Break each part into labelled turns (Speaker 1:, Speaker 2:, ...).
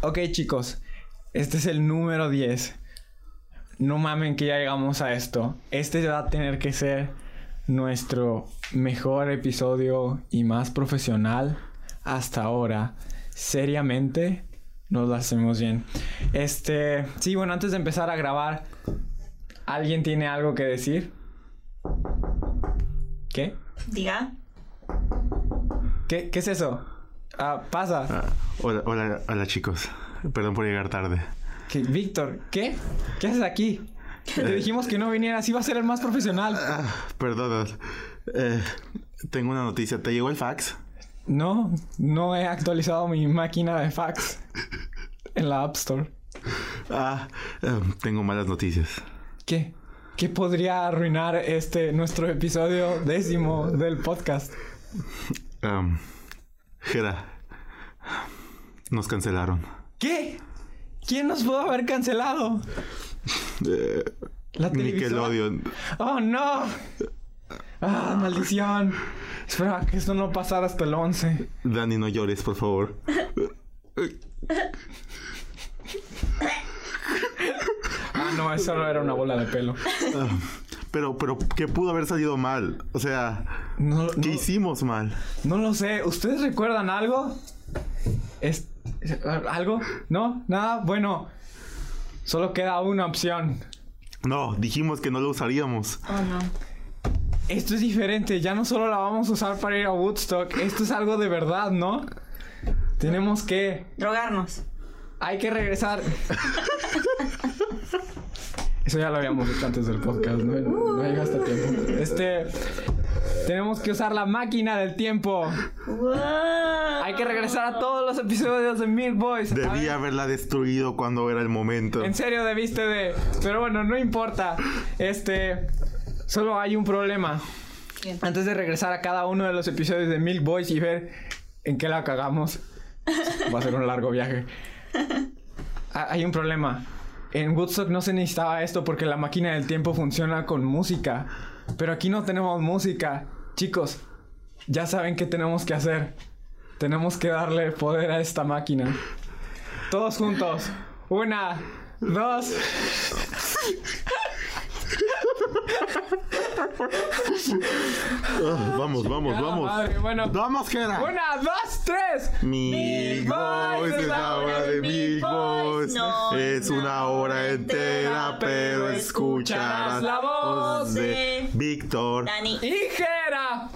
Speaker 1: Ok, chicos. Este es el número 10. No mamen que ya llegamos a esto. Este va a tener que ser nuestro mejor episodio y más profesional hasta ahora. Seriamente, nos lo hacemos bien. Este, sí, bueno, antes de empezar a grabar, ¿alguien tiene algo que decir? ¿Qué?
Speaker 2: Diga.
Speaker 1: ¿Qué, qué es eso? Ah, pasa.
Speaker 3: Ah, hola, hola, hola chicos. Perdón por llegar tarde.
Speaker 1: ¿Qué- Víctor, ¿qué? ¿Qué haces aquí?
Speaker 3: Eh.
Speaker 1: Te dijimos que no vinieras, iba a ser el más profesional.
Speaker 3: Ah, perdón. Eh, tengo una noticia. ¿Te llegó el fax?
Speaker 1: No, no he actualizado mi máquina de fax en la App Store.
Speaker 3: Ah, eh, tengo malas noticias.
Speaker 1: ¿Qué? ¿Qué podría arruinar este nuestro episodio décimo del podcast?
Speaker 3: Em, Jera, nos cancelaron.
Speaker 1: ¿Qué? ¿Quién nos pudo haber cancelado?
Speaker 3: Eh,
Speaker 1: La televisión.
Speaker 3: Nickelodeon.
Speaker 1: ¡Oh, no! ¡Ah, maldición! Esperaba que esto no pasara hasta el 11.
Speaker 3: Dani, no llores, por favor.
Speaker 1: Ah, no, eso solo era una bola de pelo.
Speaker 3: Ah, pero, pero, ¿qué pudo haber salido mal? O sea,
Speaker 1: No,
Speaker 3: ¿qué
Speaker 1: no,
Speaker 3: hicimos mal?
Speaker 1: no lo sé. ¿Ustedes recuerdan algo? Es- ¿Algo? ¿No? ¿Nada? Bueno, solo queda una opción.
Speaker 3: No, dijimos que no lo usaríamos.
Speaker 2: Oh, no.
Speaker 1: Esto es diferente, ya no solo la vamos a usar para ir a Woodstock, esto es algo de verdad, ¿no? Tenemos que...
Speaker 2: Drogarnos.
Speaker 1: Hay que regresar. Eso ya lo habíamos dicho antes del podcast, ¿no? No llega hasta tiempo. Este... Tenemos que usar la máquina del tiempo. Hay que regresar a todos los episodios de Milk Boys. A ver,
Speaker 3: Debía haberla destruido cuando era el momento.
Speaker 1: En serio debiste de... Pero bueno, no importa. Este... Solo hay un problema.
Speaker 2: Bien.
Speaker 1: Antes de regresar a cada uno de los episodios de Milk Boys y ver en qué la cagamos, va a ser un largo viaje. Ha- Hay un problema. En Woodstock no se necesitaba esto porque la máquina del tiempo funciona con música. Pero aquí no tenemos música. Chicos, ya saben qué tenemos que hacer. Tenemos que darle poder a esta máquina. Todos juntos. Una, dos.
Speaker 3: Ah, vamos, vamos,
Speaker 1: Ah,
Speaker 3: vamos.
Speaker 1: madre, bueno.
Speaker 3: Vamos, Jera.
Speaker 1: Una, dos, tres.
Speaker 3: Milk Boys es la hora de Milk Boys.
Speaker 2: No,
Speaker 3: es
Speaker 2: no,
Speaker 3: una hora entera, pero escucharás la voz de
Speaker 2: de
Speaker 3: Víctor.
Speaker 2: Dani.
Speaker 1: ¡Hijera!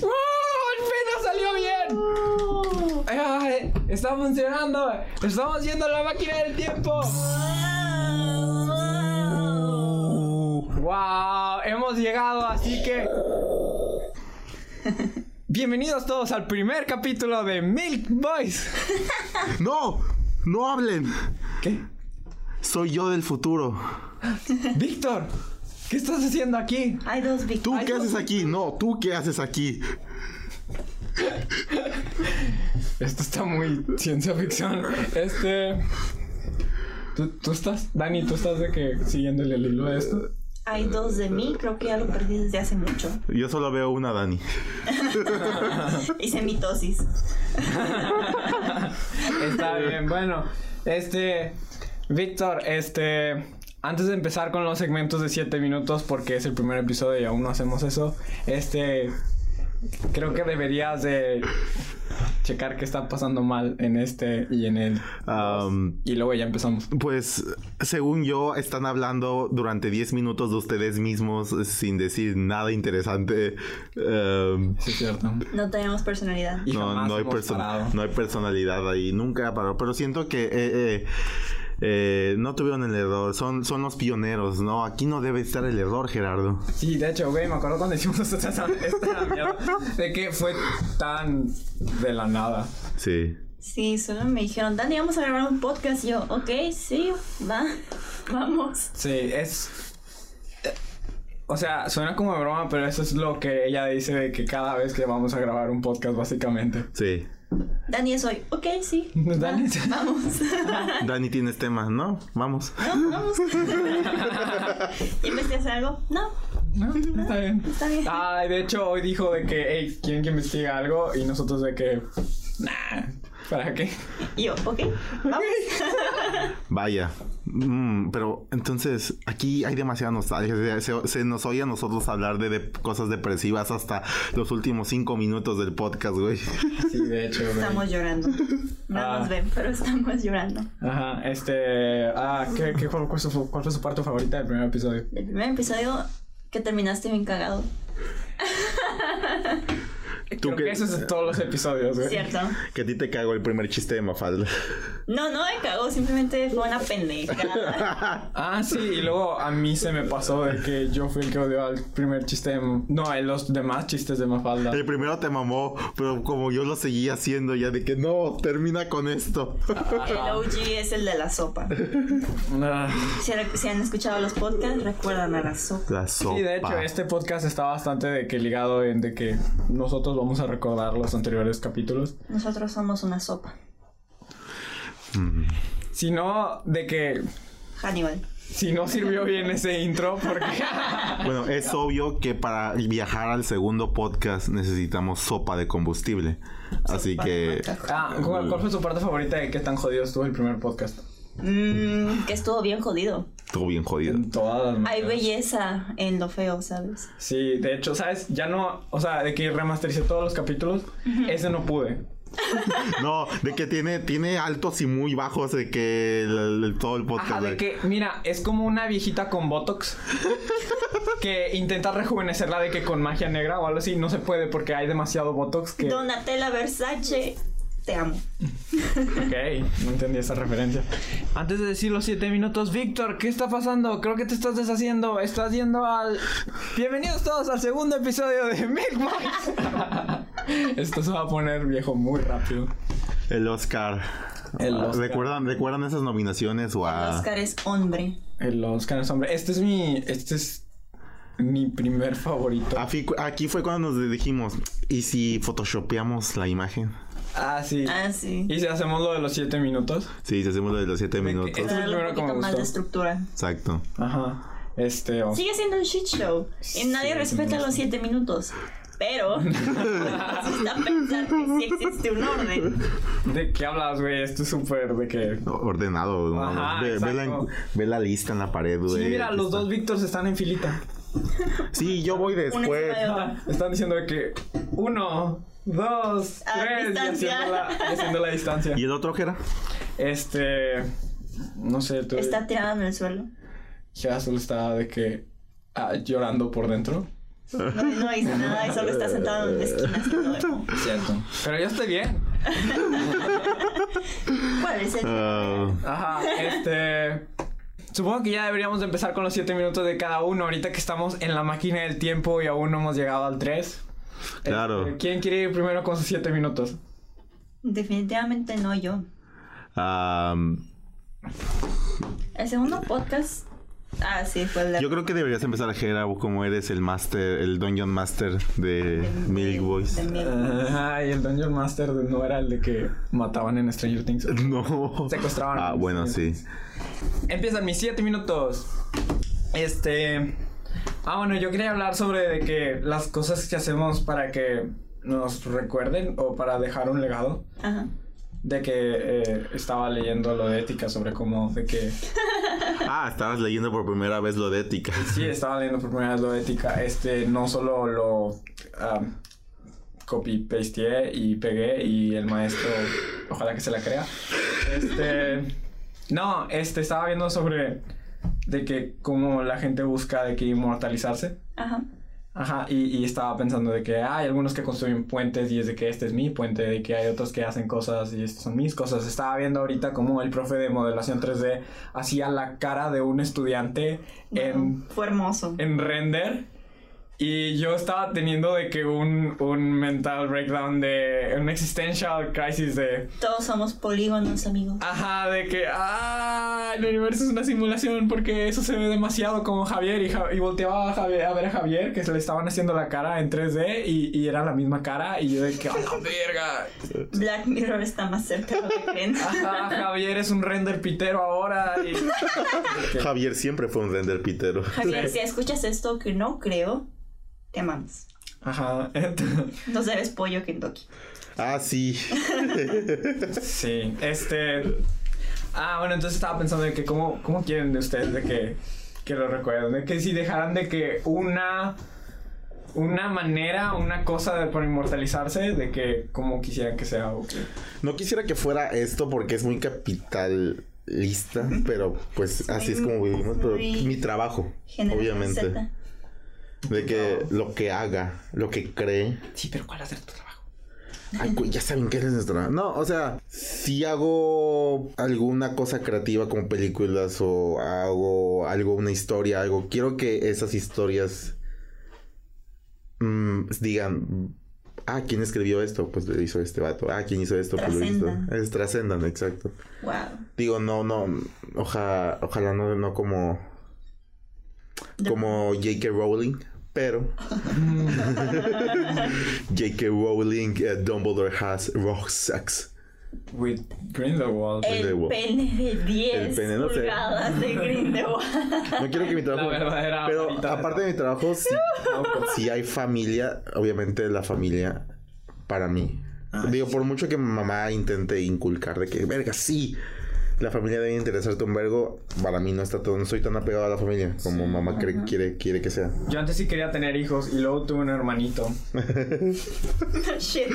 Speaker 1: ¡Wow! ¡Al fin nos salió bien! ¡Ay! ¡Está funcionando! ¡Estamos yendo a la máquina del tiempo! ¡Wow! Hemos llegado, así que... Bienvenidos todos al primer capítulo de Milk Boys.
Speaker 3: ¡No! ¡No hablen!
Speaker 1: ¿Qué?
Speaker 3: Soy yo del futuro.
Speaker 1: Víctor, ¿qué estás haciendo aquí?
Speaker 2: Hay dos
Speaker 3: ¿Tú
Speaker 2: víctimas.
Speaker 3: qué haces aquí? No, ¿tú qué haces aquí?
Speaker 1: Esto está muy ciencia ficción. Este... ¿Tú, tú estás, Dani, tú estás de que siguiéndole el hilo a esto?
Speaker 2: Hay dos de mí, creo que ya lo perdí desde hace mucho.
Speaker 3: Yo solo veo una, Dani.
Speaker 2: Hice mitosis.
Speaker 1: Está bien, bueno. Este, Víctor, este, antes de empezar con los segmentos de 7 minutos, porque es el primer episodio y aún no hacemos eso, este, creo que deberías de checar qué está pasando mal en este y en el...
Speaker 3: Am,
Speaker 1: Y luego ya empezamos.
Speaker 3: Pues, según yo, están hablando durante 10 minutos de ustedes mismos sin decir nada interesante. Em,
Speaker 1: Sí, es cierto.
Speaker 2: No tenemos personalidad.
Speaker 1: Y
Speaker 3: no,
Speaker 1: jamás
Speaker 3: no, hay
Speaker 1: hemos
Speaker 3: perso-
Speaker 1: parado.
Speaker 3: no hay personalidad ahí, nunca paró. Pero siento que eh, eh, eh, no tuvieron el error, son, son los pioneros, ¿no? Aquí no debe estar el error, Gerardo.
Speaker 1: Sí, de hecho, güey, me acuerdo cuando hicimos esta, esta mierda. De que fue tan de la nada.
Speaker 3: Sí.
Speaker 2: Sí, solo me dijeron, Dani, vamos a grabar un podcast. Y yo, ok, sí, va, vamos.
Speaker 1: Sí, es. eh, O sea, suena como broma, pero eso es lo que ella dice de que cada vez que vamos a grabar un podcast, básicamente.
Speaker 3: Sí.
Speaker 2: Dani es hoy, ok, sí. va,
Speaker 1: Dani es-
Speaker 2: Vamos.
Speaker 3: Dani, tienes tema, ¿no? Vamos.
Speaker 2: No, vamos. ¿Y me hacer algo? No,
Speaker 1: No, está bien.
Speaker 2: está bien.
Speaker 1: Ay, de hecho, hoy dijo de que, hey, ¿quieren que investigue algo? Y nosotros de que, nah. ¿Para qué?
Speaker 2: Y yo, ok, vamos.
Speaker 3: Vaya. Mm, pero entonces aquí hay demasiada nostalgia. Se, se- se nos oye a nosotros hablar de, de cosas depresivas hasta los últimos cinco minutos del podcast, güey.
Speaker 1: Sí, de hecho, güey.
Speaker 2: Estamos llorando. No
Speaker 1: Ah.
Speaker 2: nos ven, pero estamos llorando.
Speaker 1: Ajá, este. Ah, ¿qué, qué, cuál, fue su, cuál fue su parte favorita del primer episodio?
Speaker 2: El primer episodio que terminaste bien cagado.
Speaker 1: Creo que eso es de todos los episodios, güey.
Speaker 2: Cierto.
Speaker 3: Que a ti te cago el primer chiste de Mafalda.
Speaker 2: No, no me cagó, simplemente fue una pendejada.
Speaker 1: Ah, sí, y luego a mí se me pasó de que yo fui el que odió al primer chiste de... No, a los demás chistes de Mafalda.
Speaker 3: El primero te mamó, pero como yo lo seguía haciendo ya de que no, termina con esto.
Speaker 2: El OG es el de la sopa.
Speaker 1: Ah.
Speaker 2: Si, re- si han escuchado los podcasts, recuerdan a la sopa.
Speaker 3: La sopa.
Speaker 1: Sí, de hecho, este podcast está bastante de que ligado en de que nosotros vamos a recordar los anteriores capítulos.
Speaker 2: Nosotros somos una sopa.
Speaker 1: Sino de que
Speaker 2: Hannibal.
Speaker 1: si no sirvió bien ese intro, porque...
Speaker 3: Bueno, es obvio que para viajar al segundo podcast necesitamos sopa de combustible. Así que...
Speaker 1: Ah, ¿cuál, cuál fue su parte favorita de qué tan jodido estuvo el primer podcast?
Speaker 2: Mm, que estuvo bien jodido.
Speaker 3: Estuvo bien jodido.
Speaker 1: En todas las
Speaker 2: Hay
Speaker 1: maneras.
Speaker 2: belleza en lo feo, ¿sabes?
Speaker 1: Sí, de hecho, ¿sabes? Ya no... O sea, de que remastericé todos los capítulos, ese no pude.
Speaker 3: No, de que tiene, tiene altos y muy bajos de que el- el- todo el podcast.
Speaker 1: Ajá, de
Speaker 3: güey.
Speaker 1: que, mira, es como una viejita con Botox que intenta rejuvenecerla de que con magia negra o algo así no se puede porque hay demasiado Botox que...
Speaker 2: Donatella Versace, te amo.
Speaker 1: Ok, no entendí esa referencia. Antes de decir los siete minutos, Víctor, ¿qué está pasando? Creo que te estás deshaciendo. Estás yendo al... Bienvenidos todos al segundo episodio de Milk Boys. Esto se va a poner viejo muy rápido.
Speaker 3: El Oscar.
Speaker 1: El
Speaker 3: Ah,
Speaker 1: Oscar.
Speaker 3: ¿Recuerdan, ¿Recuerdan esas nominaciones? o
Speaker 1: Ah.
Speaker 3: a-
Speaker 2: Oscar es hombre.
Speaker 1: El Oscar es hombre. Este es mi... Este es mi primer favorito.
Speaker 3: Aquí, aquí fue cuando nos dijimos, ¿y si photoshopeamos la imagen?
Speaker 1: Ah, sí.
Speaker 2: Ah, sí.
Speaker 1: ¿Y si hacemos lo de los siete minutos?
Speaker 3: Sí, si hacemos lo de los siete
Speaker 1: Me-
Speaker 3: minutos.
Speaker 1: es-
Speaker 2: Para darle
Speaker 1: primero
Speaker 2: un
Speaker 1: que me
Speaker 2: poquito más de
Speaker 1: gustó.
Speaker 2: estructura.
Speaker 3: Exacto.
Speaker 1: Ajá. Este. vamos-
Speaker 2: Sigue siendo un shit show. Y nadie
Speaker 1: Sí,
Speaker 2: respeta
Speaker 1: no.
Speaker 2: los siete minutos. Pero nos está pensar que sí existe un orden.
Speaker 1: ¿De qué hablas, güey? Esto es súper de que.
Speaker 3: Ordenado. ¿no?
Speaker 1: Ajá,
Speaker 3: ve, ve la,
Speaker 1: exacto.
Speaker 3: ve la lista en la pared,
Speaker 1: Sí,
Speaker 3: güey.
Speaker 1: mira, los dos Víctors están en filita.
Speaker 3: Sí, yo voy después.
Speaker 2: encima de otra.
Speaker 1: Ah, Están diciendo de que. Uno, dos,
Speaker 2: A
Speaker 1: tres, y
Speaker 2: distancia.
Speaker 1: haciendo, la, y haciendo la distancia.
Speaker 3: ¿Y el otro qué era?
Speaker 1: Este. No sé, tú.
Speaker 2: Está tirada en el suelo.
Speaker 1: Ya solo está de que. ah, llorando por dentro.
Speaker 2: No, no hizo nada y solo está sentado en una esquina. haciendo emo.
Speaker 1: Cierto. Pero yo estoy bien.
Speaker 2: ¿Cuál es el?
Speaker 3: Ah,
Speaker 1: Ajá, este. Supongo que ya deberíamos de empezar con los siete minutos de cada uno. Ahorita que estamos en la máquina del tiempo y aún no hemos llegado al 3.
Speaker 3: Claro.
Speaker 1: ¿Quién quiere ir primero con sus siete minutos?
Speaker 2: Definitivamente no yo.
Speaker 3: ah,
Speaker 2: El segundo podcast. Ah, sí, fue el de.
Speaker 3: yo creo que deberías empezar, Jera, como eres el master, el dungeon master de Milk Boys.
Speaker 2: de Milk.
Speaker 1: Ajá, y el Dungeon Master no era el de que mataban en Stranger Things.
Speaker 3: No.
Speaker 1: Secuestraban.
Speaker 3: Ah, bueno, sí.
Speaker 1: Empiezan mis siete minutos. Este. Ah, bueno, yo quería hablar sobre de que las cosas que hacemos para que nos recuerden o para dejar un legado.
Speaker 2: Ajá.
Speaker 1: De que eh, estaba leyendo lo de ética sobre cómo de que...
Speaker 3: Ah, estabas leyendo por primera vez lo de ética.
Speaker 1: Sí, estaba leyendo por primera vez lo de ética. Este, no solo lo am, copy-pasteé y pegué y el maestro, ojalá que se la crea. Este, no, este, estaba viendo sobre de que cómo la gente busca de que inmortalizarse.
Speaker 2: Ajá.
Speaker 1: Ajá, y, y estaba pensando de que hay algunos que construyen puentes y es de que este es mi puente, de que hay otros que hacen cosas y estas son mis cosas. Estaba viendo ahorita cómo el profe de modelación 3D hacía la cara de un estudiante en,
Speaker 2: Fue hermoso.
Speaker 1: en render y yo estaba teniendo de que un, un mental breakdown de un existential crisis de...
Speaker 2: Todos somos polígonos, amigos.
Speaker 1: Ajá, de que, ah, el universo es una simulación porque eso se ve demasiado como Javier y, Ja- y volteaba a, Javier- a ver a Javier que se le estaban haciendo la cara en 3D y, y era la misma cara y yo de que, a la verga.
Speaker 2: Black Mirror está más cerca de lo que creen.
Speaker 1: Ajá, Javier es un render pitero ahora y...
Speaker 3: Javier siempre fue un render pitero.
Speaker 2: Javier, si escuchas esto, que no creo, te amamos.
Speaker 1: Ajá, ent-
Speaker 2: No eres pollo Kentucky.
Speaker 3: Ah, sí.
Speaker 1: Sí, este. Ah, bueno, entonces estaba pensando de que cómo, cómo quieren de ustedes de que, que lo recuerden. De que si dejaran de que una. Una manera, una cosa de, para inmortalizarse, de que como quisieran que sea o que.
Speaker 3: No quisiera que fuera esto porque es muy capitalista, pero pues así es como vivimos. Pero
Speaker 2: Muy
Speaker 3: mi trabajo,
Speaker 2: Generación
Speaker 3: obviamente.
Speaker 2: Z.
Speaker 3: De que lo que haga, lo que cree.
Speaker 1: Sí, pero ¿cuál va a ser tu trabajo?
Speaker 3: Ay, güey, ya saben qué es nuestro trabajo. No, o sea, si hago alguna cosa creativa como películas o hago algo, una historia, algo, quiero que esas historias mm, digan, ah, ¿quién escribió esto? Pues lo hizo este vato. Ah, ¿quién hizo esto? Pues lo hizo.
Speaker 2: Trascendan.
Speaker 3: Es trascendan, exacto.
Speaker 2: Wow.
Speaker 3: Digo, no, no, oja- ojalá no, no como, como J.K. Rowling, pero J.K. Rowling, eh, Dumbledore has rucksacks.
Speaker 1: With Grindelwald.
Speaker 2: El
Speaker 3: Grindelwald.
Speaker 2: pene de 10
Speaker 3: El pene, no sé.
Speaker 2: pulgadas de Grindelwald.
Speaker 3: No quiero que mi trabajo...
Speaker 1: La verdadera
Speaker 3: pero
Speaker 1: varita de
Speaker 3: aparte de mi trabajo, si, hay familia, obviamente la familia para mí. Digo, por mucho que mi mamá intente inculcar de que, verga, sí, la familia debe interesarte un vergo, para mí no está todo, no soy tan apegado a la familia como mamá cree- quiere, quiere que sea.
Speaker 1: Yo antes sí quería tener hijos y luego tuve un hermanito.
Speaker 2: Shit.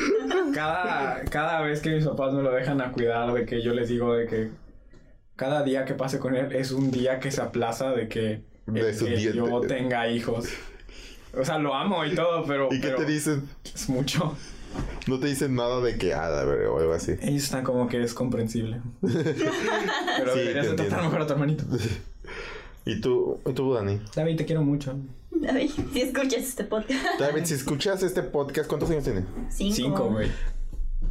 Speaker 1: Cada, cada vez que mis papás me lo dejan a cuidar, de que yo les digo de que cada día que pase con él es un día que se aplaza de que,
Speaker 3: De
Speaker 1: el
Speaker 3: su
Speaker 1: que
Speaker 3: día-
Speaker 1: yo tenga hijos. O sea, lo amo y todo, pero,
Speaker 3: ¿Y qué
Speaker 1: pero
Speaker 3: te dicen?
Speaker 1: es mucho.
Speaker 3: No te dicen nada de que, ah, la verga, o algo así.
Speaker 1: Ellos están como que es comprensible. pero
Speaker 3: Sí,
Speaker 1: deberías
Speaker 3: te
Speaker 1: de tratar
Speaker 3: entiendo.
Speaker 1: mejor a tu hermanito.
Speaker 3: ¿Y tú, y tú Dani?
Speaker 1: David, te quiero mucho.
Speaker 2: David, si escuchas este podcast.
Speaker 3: David, si escuchas este podcast, ¿cuántos años tiene?
Speaker 2: Cinco.
Speaker 1: Cinco, güey.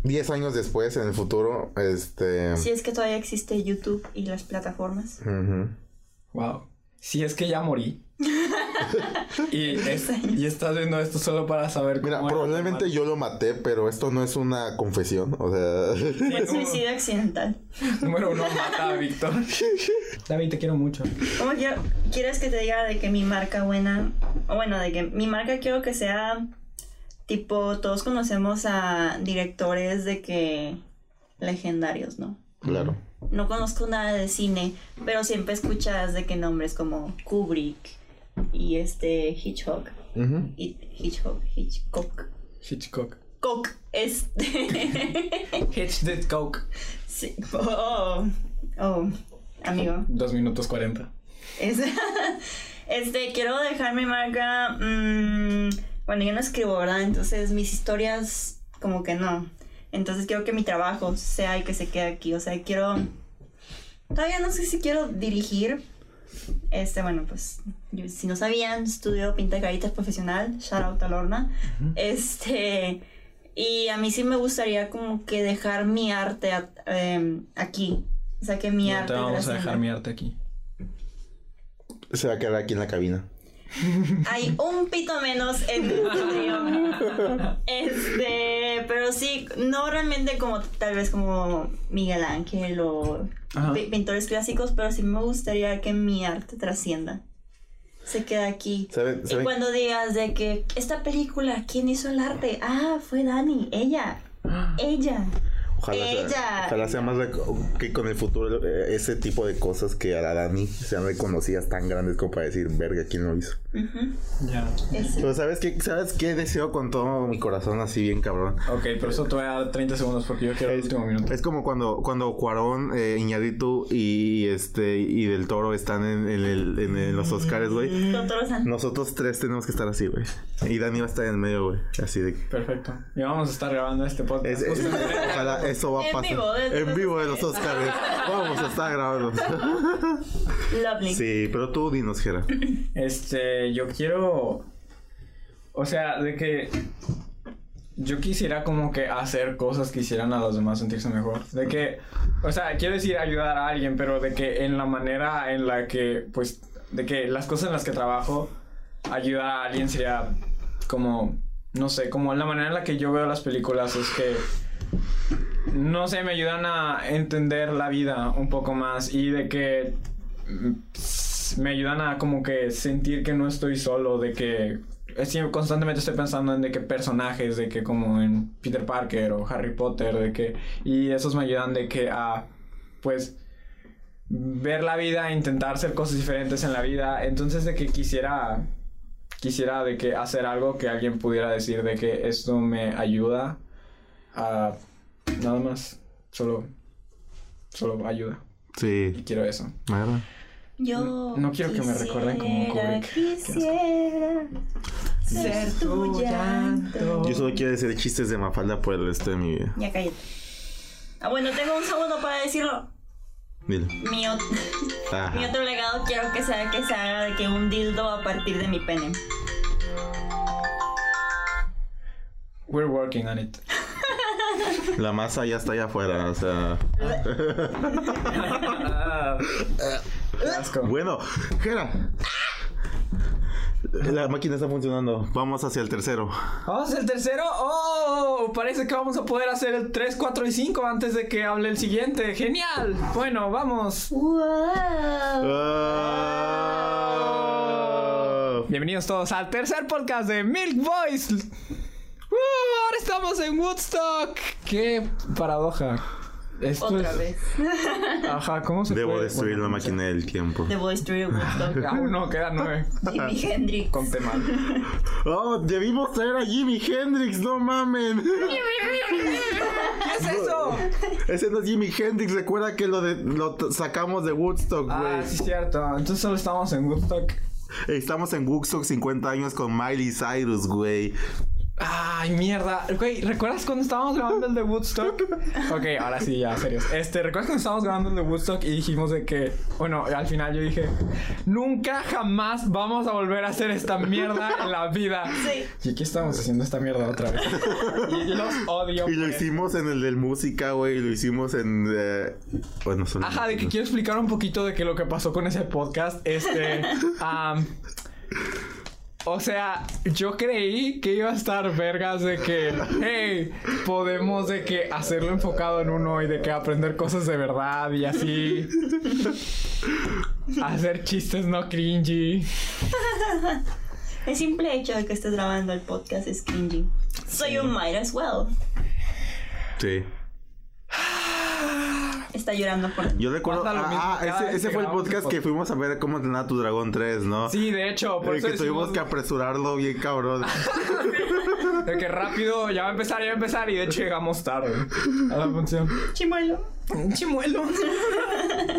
Speaker 3: Diez años después, en el futuro, este...
Speaker 2: Si es que todavía existe YouTube y las plataformas.
Speaker 3: ujú.
Speaker 1: Wow. Si es que ya morí. y, es- y estás viendo esto solo para saber
Speaker 3: Mira,
Speaker 1: cómo era tu
Speaker 3: probablemente yo lo maté, pero esto no es una confesión, o sea...
Speaker 1: hermano.
Speaker 2: Suicidio accidental.
Speaker 1: Número uno, mata a Víctor. David, te quiero mucho.
Speaker 2: ¿Cómo quiero- quieres que te diga de que mi marca buena? O bueno, de que mi marca quiero que sea tipo, todos conocemos a directores de que legendarios, ¿no?
Speaker 3: Claro.
Speaker 2: No conozco nada de cine, pero siempre escuchas de que nombres como Kubrick y este Hitchcock.
Speaker 3: Ujú.
Speaker 2: y- Hitchcock, Hitchcock.
Speaker 1: Hitchcock.
Speaker 2: Cock, este.
Speaker 1: Hitchcock.
Speaker 2: sí. Oh, oh, oh, amigo.
Speaker 1: Dos minutos cuarenta.
Speaker 2: Es- este, quiero dejar mi marca. mm, bueno, yo no escribo, ¿verdad? Entonces mis historias, como que no. Entonces quiero que mi trabajo sea y que se quede aquí. O sea, quiero. Todavía no sé si quiero dirigir. Este, bueno, pues, yo- si no sabían, estudio pinta caritas profesional. Shout out a Lorna. Este. Y a mí sí me gustaría, como que dejar mi arte a- em, aquí. O sea, que mi
Speaker 1: No
Speaker 2: arte.
Speaker 1: te vamos a dejar
Speaker 2: trascienda.
Speaker 1: mi arte aquí.
Speaker 3: Se va a quedar aquí en la cabina.
Speaker 2: Hay un pito menos en el estudio. Este, pero sí, no realmente como tal vez como Miguel Ángel o
Speaker 1: Ajá.
Speaker 2: pi- pintores clásicos, pero sí me gustaría que mi arte trascienda. Se queda aquí.
Speaker 3: ¿Saben?
Speaker 2: Y
Speaker 3: ¿Saben?
Speaker 2: cuando digas de que esta película, ¿quién hizo el arte? Ah, fue Dani, ella, ella.
Speaker 3: Ojalá,
Speaker 2: Ella.
Speaker 3: sea, ojalá sea más rec- que con el futuro eh, ese tipo de cosas que hará Dani sean reconocidas tan grandes como para decir, verga, ¿quién lo hizo?
Speaker 2: Ujú,
Speaker 1: Ya.
Speaker 2: ese.
Speaker 3: Pero ¿sabes qué, ¿sabes qué deseo con todo mi corazón así bien cabrón?
Speaker 1: Ok, pero eso te voy a dar 30 segundos porque yo quiero el
Speaker 3: Es,
Speaker 1: último minuto.
Speaker 3: es como cuando, cuando Cuarón, eh, Iñárritu y, y este y Del Toro están en, en el- en el- en los Oscars, güey.
Speaker 2: Totoro San.
Speaker 3: Nosotros tres tenemos que estar así, güey. Y Dani va a estar en medio, güey. Así de...
Speaker 1: Perfecto. Y vamos a estar grabando este podcast.
Speaker 3: Es- es-
Speaker 1: Justo en el-
Speaker 3: ojalá eso va a
Speaker 2: En
Speaker 3: pasar.
Speaker 2: vivo, de-
Speaker 3: en vivo de los Oscars. Vamos a estar grabando.
Speaker 2: Lovely.
Speaker 3: Sí, pero tú dinos, Jera.
Speaker 1: Este, yo quiero. O sea, de que. Yo quisiera como que hacer cosas que hicieran a los demás sentirse mejor. De que. O sea, quiero decir ayudar a alguien, pero de que en la manera en la que. Pues. De que las cosas en las que trabajo. Ayudar a alguien sería. Como. No sé, como la manera en la que yo veo las películas es que. No sé, me ayudan a entender la vida un poco más y de que mm, me ayudan a como que sentir que no estoy solo, de que es que constantemente estoy pensando en de qué personajes, de que como en Peter Parker o Harry Potter, de que... Y esos me ayudan de que a, pues, ver la vida, intentar hacer cosas diferentes en la vida. Entonces de que quisiera, quisiera de que hacer algo que alguien pudiera decir de que esto me ayuda a... Nada más, solo, solo ayuda. Y
Speaker 3: Sí,
Speaker 1: quiero eso.
Speaker 3: nada.
Speaker 2: Yo.
Speaker 1: No quiero que me recuerden como
Speaker 2: quisiera,
Speaker 1: Kubrick.
Speaker 2: Quisiera ser tu llanto.
Speaker 3: Yo solo quiero decir chistes de Mafalda por el resto de mi vida.
Speaker 2: Ya cállate. Ah, bueno, tengo un segundo para decirlo.
Speaker 3: Dilo.
Speaker 2: Mi, ot-
Speaker 3: Ajá.
Speaker 2: mi otro legado quiero que sea que se haga de que un dildo a partir de mi pene.
Speaker 1: We're working on it.
Speaker 3: La masa ya está allá afuera, o sea.
Speaker 1: Asco.
Speaker 3: Bueno, Jera. La máquina está funcionando. Vamos hacia el tercero.
Speaker 1: Vamos al tercero. ¡Oh! Parece que vamos a poder hacer el 3, 4 y 5 antes de que hable el siguiente. ¡Genial! Bueno, vamos.
Speaker 2: Wow.
Speaker 3: Ah.
Speaker 1: Bienvenidos todos al tercer podcast de Milk Boys. ¡Uh! ahora estamos en Woodstock. ¡Qué paradoja! Esto
Speaker 2: Otra
Speaker 1: es-
Speaker 2: vez.
Speaker 1: Ajá, ¿cómo se
Speaker 3: Debo
Speaker 1: puede?
Speaker 3: destruir la
Speaker 1: Bueno,
Speaker 3: máquina del tiempo.
Speaker 2: The Voice Tree Woodstock.
Speaker 1: Aún no, quedan nueve.
Speaker 2: Jimi Hendrix.
Speaker 1: Conté mal.
Speaker 3: Oh, debimos traer a Jimi Hendrix, no mamen.
Speaker 1: ¿Qué es eso?
Speaker 3: Ese no es Jimi Hendrix, recuerda que lo, de- lo t- sacamos de Woodstock, güey.
Speaker 1: Ah, sí, cierto. Entonces solo estamos en Woodstock.
Speaker 3: Estamos en Woodstock 50 años con Miley Cyrus, güey.
Speaker 1: Ay, mierda. Güey, ¿recuerdas cuando estábamos grabando el de Woodstock? Ok, ahora sí, ya, serios. Este, ¿recuerdas cuando estábamos grabando el de Woodstock y dijimos de que, bueno, al final yo dije, nunca jamás vamos a volver a hacer esta mierda en la vida?
Speaker 2: Sí.
Speaker 1: Y aquí estamos haciendo esta mierda otra vez. Y los odio. pues.
Speaker 3: Y lo
Speaker 1: por eso.
Speaker 3: hicimos en el del música, güey. Lo hicimos en. eh, Bueno, solo.
Speaker 1: Ajá, de que quiero explicar un poquito de que lo que pasó con ese podcast. Este. am, o sea, yo creí que iba a estar vergas de que, hey, podemos de que hacerlo enfocado en uno y de que aprender cosas de verdad y así. Hacer chistes no cringy.
Speaker 2: El simple hecho de que estés grabando el podcast es cringy. So you might as well.
Speaker 3: Sí.
Speaker 2: Está llorando por
Speaker 3: Yo recuerdo.
Speaker 1: Pasa lo mismo
Speaker 3: Ah, ah,
Speaker 1: cada
Speaker 3: ese,
Speaker 1: vez
Speaker 3: ese
Speaker 1: que
Speaker 3: fue el
Speaker 1: grabamos
Speaker 3: podcast
Speaker 1: el
Speaker 3: que fuimos a ver cómo entrenar a tu dragón 3, ¿no?
Speaker 1: Sí, de hecho, por
Speaker 3: Eh,
Speaker 1: eso
Speaker 3: que tuvimos
Speaker 1: decimos
Speaker 3: que apresurarlo bien cabrón.
Speaker 1: de que rápido, ya va a empezar, ya va a empezar. Y de hecho llegamos tarde a la función.
Speaker 2: chimuelo.
Speaker 1: Chimuelo.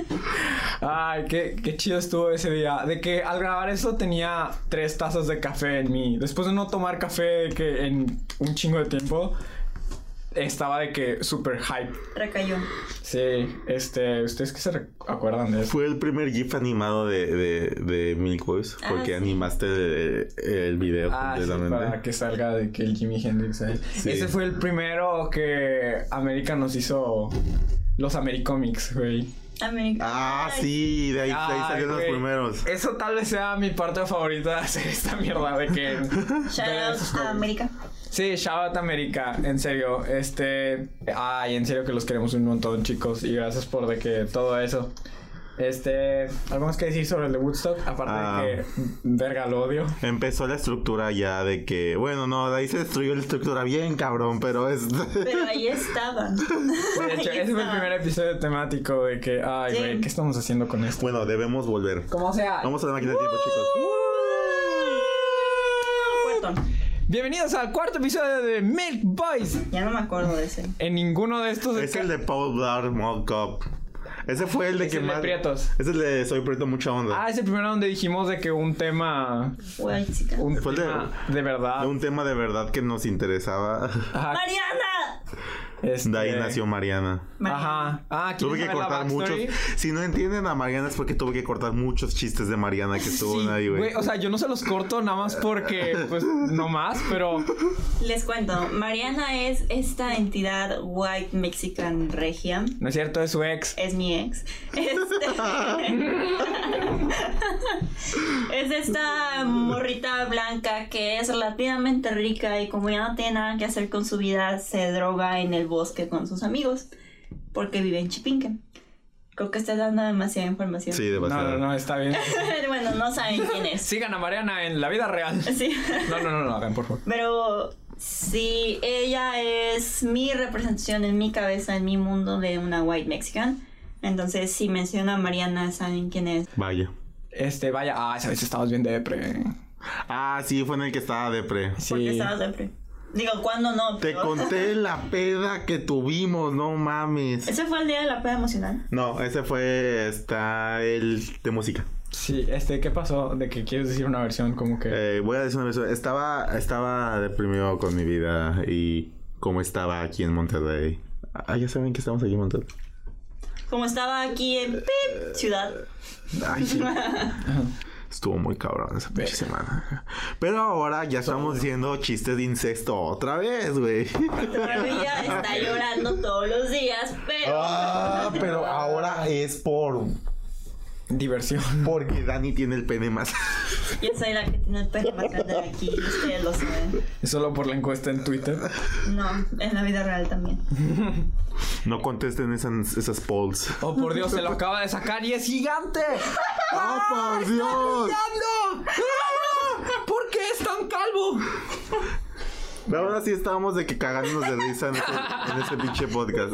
Speaker 1: Ay, qué, qué chido estuvo ese día. De que al grabar eso tenía tres tazas de café en mí. Después de no tomar café de que en un chingo de tiempo, estaba de que super hype.
Speaker 2: Recayó.
Speaker 1: Sí, este, ¿ustedes qué se re- acuerdan de eso?
Speaker 3: Fue el primer GIF animado de, de, de Milk Boys,
Speaker 2: Ah,
Speaker 3: porque
Speaker 2: sí.
Speaker 3: animaste el, el video
Speaker 1: Ah, sí, para
Speaker 3: completamente.
Speaker 1: que salga de que el Jimi Hendrix. eh.
Speaker 3: Sí.
Speaker 1: Ese fue el primero que América nos hizo los Americomics, güey.
Speaker 2: América.
Speaker 3: Ah, sí, de ahí, de
Speaker 1: Ay,
Speaker 3: ahí salieron
Speaker 1: güey.
Speaker 3: los primeros.
Speaker 1: Eso tal vez sea mi parte favorita de hacer esta mierda de que.
Speaker 2: Shout
Speaker 1: de
Speaker 2: out
Speaker 1: esos
Speaker 2: a
Speaker 1: juegos.
Speaker 2: América.
Speaker 1: Sí, shout out América, en serio, este, ay, en serio que los queremos un montón, chicos, y gracias por de que todo eso. Este, algo más que decir sobre el de Woodstock, aparte
Speaker 3: Ah.
Speaker 1: de que verga lo odio.
Speaker 3: Empezó la estructura ya de que, bueno, no, de ahí se destruyó la estructura bien cabrón, pero es...
Speaker 2: Pero ahí estaba.
Speaker 1: De hecho, ese fue el primer episodio temático de que, ay,
Speaker 2: Sí.
Speaker 1: güey, ¿qué estamos haciendo con esto?
Speaker 3: bueno, debemos volver.
Speaker 1: Como sea.
Speaker 3: Vamos a la máquina del tiempo, chicos.
Speaker 2: Puerto.
Speaker 1: Bienvenidos al cuarto episodio de Milk Boys.
Speaker 2: Ya no me acuerdo de ese.
Speaker 1: En ninguno de estos
Speaker 3: Es el de Paul Blart Mall Cop. Ese fue el de
Speaker 1: Es
Speaker 3: que
Speaker 1: el de
Speaker 3: más...
Speaker 1: Prietos.
Speaker 3: Es el de Soy Prieto Mucha Onda.
Speaker 1: Ah, es el primero donde dijimos de que un tema,
Speaker 2: Guay, chica.
Speaker 1: un
Speaker 3: Fue el de-
Speaker 1: tema de, verdad.
Speaker 3: De un tema de verdad que nos interesaba.
Speaker 1: Ajá,
Speaker 2: ¡Mariana!
Speaker 1: este-
Speaker 3: De ahí nació Mariana.
Speaker 1: Ajá. Ah,
Speaker 3: Tuve
Speaker 1: ¿quieres
Speaker 3: que
Speaker 1: saber la
Speaker 3: cortar muchos.
Speaker 1: backstory?
Speaker 3: Si no entienden a Mariana es porque tuve que cortar muchos chistes de Mariana que estuvo
Speaker 1: Sí,
Speaker 3: nadie,
Speaker 1: güey, o sea, yo no se los corto nada más porque, pues, no más, pero
Speaker 2: Les cuento, Mariana es esta entidad white mexican regia.
Speaker 1: no es cierto, es su ex.
Speaker 2: Es mi ex. Este- es esta morrita blanca que es relativamente rica y como ya no tiene nada que hacer con su vida, se droga en el bosque con sus amigos porque vive en Chipinque. Creo que estás dando demasiada información.
Speaker 3: Sí,
Speaker 1: No,
Speaker 3: demasiado.
Speaker 1: no, no, está bien.
Speaker 2: bueno, no saben quién es.
Speaker 1: Sigan a Mariana en la vida real.
Speaker 2: Sí.
Speaker 1: No, no, no, no, hagan, por favor.
Speaker 2: Pero sí, ella es mi representación en mi cabeza, en mi mundo de una white mexican. Entonces, si menciona a Mariana, saben quién es.
Speaker 3: Vaya.
Speaker 1: Este, vaya. Ah, esa vez estabas bien depre.
Speaker 3: Ah, sí, fue en el que estaba depre.
Speaker 2: Porque
Speaker 1: Sí.
Speaker 2: estabas siempre. Digo, ¿cuándo no?
Speaker 3: Te
Speaker 2: Pero-
Speaker 3: conté la peda que tuvimos, no mames.
Speaker 2: Ese fue el día de la peda emocional.
Speaker 3: No, ese fue, está el de música.
Speaker 1: Sí, este, ¿qué pasó? De que quieres decir una versión como que.
Speaker 3: Eh, voy a decir una vez, estaba, estaba deprimido con mi vida y cómo estaba aquí en Monterrey. Ah, ya saben que estamos aquí en Monterrey.
Speaker 2: Como estaba aquí en pip, ciudad.
Speaker 3: Ay, sí. Estuvo muy cabrón esa pinche semana. Pero ahora ya estamos diciendo chistes de incesto otra vez, güey.
Speaker 2: Maravilla está llorando todos los días, pero.
Speaker 3: Ah, pero ahora es por...
Speaker 1: Diversión.
Speaker 3: Porque Dani tiene el pene más...
Speaker 2: Yo soy la que tiene el pelo más grande de aquí, ustedes lo saben.
Speaker 1: Solo por la encuesta en Twitter.
Speaker 2: No, en la vida real también.
Speaker 3: No contesten esas, esas polls.
Speaker 1: Oh, por Dios, se lo acaba de sacar y es gigante.
Speaker 3: ¡Oh, por Dios!
Speaker 1: ¡Ando! ¡Ah! ¿Por qué es tan calvo?
Speaker 3: La verdad sí estábamos de que cagándonos de risa en ese, en ese pinche podcast.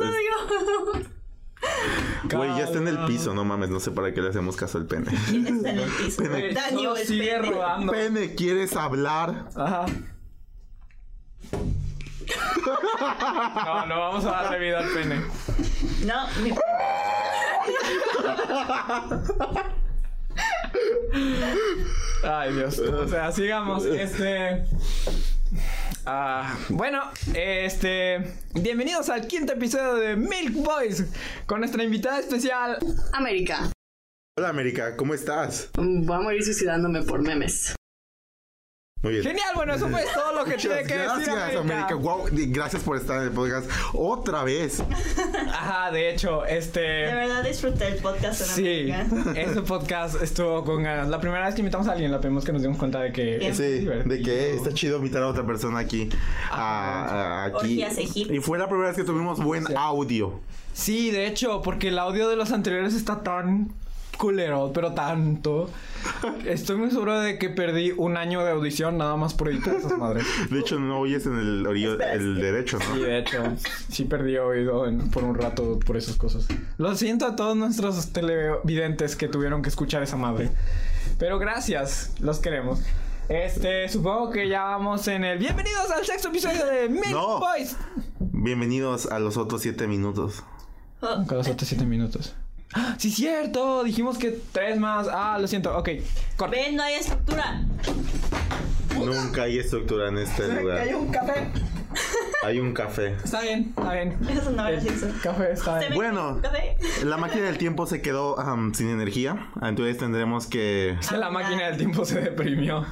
Speaker 3: Güey, ya está en el piso, no mames, no sé para qué le hacemos caso al pene.
Speaker 2: ¿Quién está en el piso?
Speaker 1: Güey,
Speaker 2: Dani,
Speaker 1: solo
Speaker 2: güey,
Speaker 1: sigue
Speaker 2: espérate.
Speaker 1: rodando.
Speaker 3: Pene, ¿quieres hablar?
Speaker 1: Ajá. No, no vamos a darle vida al pene.
Speaker 2: No, mi
Speaker 1: Ay, Dios. O sea, sigamos. Este. ah, bueno, este. Bienvenidos al quinto episodio de Milk Boys con nuestra invitada especial.
Speaker 4: América.
Speaker 3: Hola, América, ¿cómo estás?
Speaker 4: Voy a morir suicidándome por memes.
Speaker 3: Muy bien.
Speaker 1: Genial, bueno, eso fue todo lo que tiene
Speaker 3: Muchas
Speaker 1: que
Speaker 3: gracias,
Speaker 1: decir. América.
Speaker 3: América. Wow, y gracias por estar en el podcast otra vez.
Speaker 1: Ajá, de hecho,
Speaker 2: De
Speaker 1: este.
Speaker 2: verdad disfruté el podcast en
Speaker 1: Sí,
Speaker 2: América.
Speaker 1: este podcast estuvo con ganas. La primera vez que invitamos a alguien, la primera vez que nos dimos cuenta de que. es
Speaker 3: Sí, de que
Speaker 1: divertido.
Speaker 3: está chido invitar a otra persona aquí. a- a- aquí.
Speaker 2: Orgías egipcias.
Speaker 3: Y fue la primera vez que tuvimos buen audio.
Speaker 1: Sí, de hecho, porque el audio de los anteriores está tan culero, pero tanto. Estoy muy seguro de que perdí un año de audición nada más por editar esas madres.
Speaker 3: De hecho, no oyes en el orillo el derecho, ¿no?
Speaker 1: Sí, de hecho, sí perdí oído en- por un rato por esas cosas. Lo siento a todos nuestros televidentes que tuvieron que escuchar esa madre. Pero gracias, los queremos. Este, supongo que ya vamos en el... Bienvenidos al sexto episodio de Milk
Speaker 3: No.
Speaker 1: Boys.
Speaker 3: Bienvenidos a los otros siete minutos.
Speaker 2: Oh,
Speaker 1: Cada otros siete minutos. ¡Ah, Sí, cierto. Dijimos que tres más. Ah, lo siento. Ok. Corte.
Speaker 2: ven, no hay estructura.
Speaker 3: Nunca hay estructura en este lugar.
Speaker 1: un café.
Speaker 3: Hay un café.
Speaker 1: Está bien, está bien.
Speaker 2: Eso no
Speaker 1: El
Speaker 2: es eso.
Speaker 1: café está bien.
Speaker 3: Bueno.
Speaker 2: ¿Café?
Speaker 3: La máquina del tiempo se quedó am, sin energía, entonces tendremos que...
Speaker 1: La máquina del tiempo se deprimió.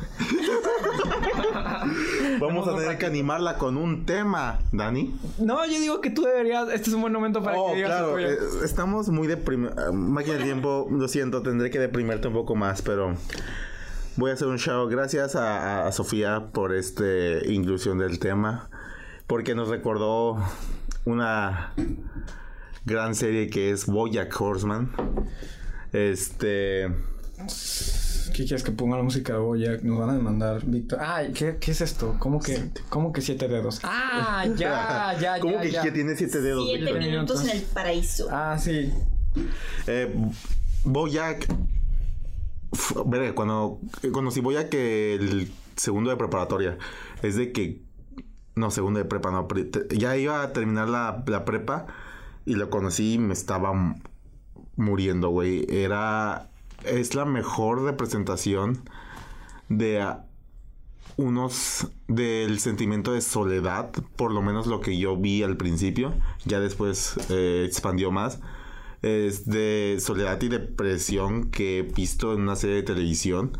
Speaker 3: Vamos a tener que animarla con un tema, Dani.
Speaker 1: No, yo digo que tú deberías. Este es un buen momento para
Speaker 3: Oh,
Speaker 1: que digas
Speaker 3: claro,
Speaker 1: el tuyo.
Speaker 3: eh, estamos muy deprimidos. máquina del tiempo, lo siento, tendré que deprimirte un poco más, pero voy a hacer un show. Gracias a, a- a Sofía por este inclusión del tema, porque nos recordó una gran serie que es Boyack Horseman. Este...
Speaker 1: ¿Qué quieres que ponga la música de Boyack? Nos van a demandar, Víctor. Ay, ¿qué, qué es esto? ¿Cómo que, ¿Cómo que siete dedos? Ah, ya, ya,
Speaker 3: ¿Cómo
Speaker 1: ya,
Speaker 3: que,
Speaker 1: ya.
Speaker 3: que tiene siete dedos?
Speaker 2: Siete
Speaker 3: Víctor?
Speaker 2: minutos en el paraíso.
Speaker 1: Ah, sí.
Speaker 3: Eh, Boyack. F- Verga, cuando eh, conocí Boyack eh, el segundo de preparatoria, es de que. No, segundo de prepa, no. pre- te- ya iba a terminar la, la prepa y lo conocí y me estaba m- muriendo, güey. Era. Es la mejor representación de a- unos. del sentimiento de soledad, por lo menos lo que yo vi al principio. Ya después eh, expandió más es de soledad y depresión que he visto en una serie de televisión.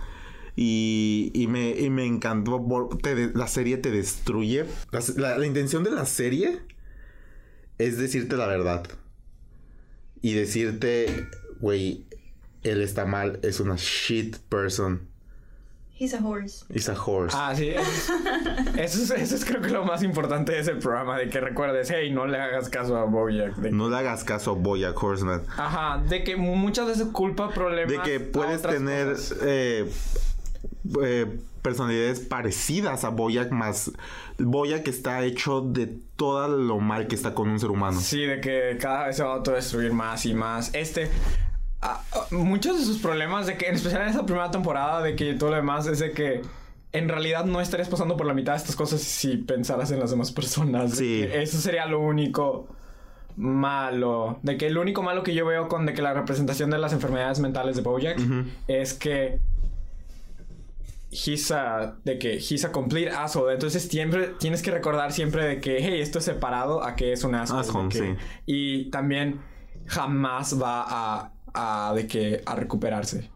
Speaker 3: Y, y me, y me encantó. por- te de- la serie te destruye. La, se- la- la intención de la serie es decirte la verdad. Y decirte, güey, él está mal, es una shit person.
Speaker 2: He's a horse.
Speaker 3: It's a horse.
Speaker 1: Ah, sí. es- Eso es, eso es creo que lo más importante de ese programa, de que recuerdes, hey, no le hagas caso a Bojack. De-
Speaker 3: No le hagas caso a Boyack Horseman.
Speaker 1: Ajá, de que muchas veces culpa problemas.
Speaker 3: De que
Speaker 1: a
Speaker 3: puedes
Speaker 1: otras
Speaker 3: tener
Speaker 1: cosas.
Speaker 3: eh, eh, personalidades parecidas a Boyack, más Boyack está hecho de todo lo mal que está con un ser humano.
Speaker 1: Sí, de que cada vez se va a autodestruir más y más. Este. ah, ah, muchos de sus problemas, de que, en especial en esa primera temporada, de que todo lo demás, es de que. En realidad no estarías pasando por la mitad de estas cosas si pensaras en las demás personas. de
Speaker 3: Sí.
Speaker 1: que Eso sería lo único malo. De que el único malo que yo veo con de que la representación de las enfermedades mentales de Bojack es que he's a, de que he's a complete asshole. Entonces siempre tienes que recordar siempre de que, hey, esto es separado a que es un asshole. de
Speaker 3: Asshole,
Speaker 1: que-
Speaker 3: sí.
Speaker 1: Y también jamás va a, a- de que, a recuperarse.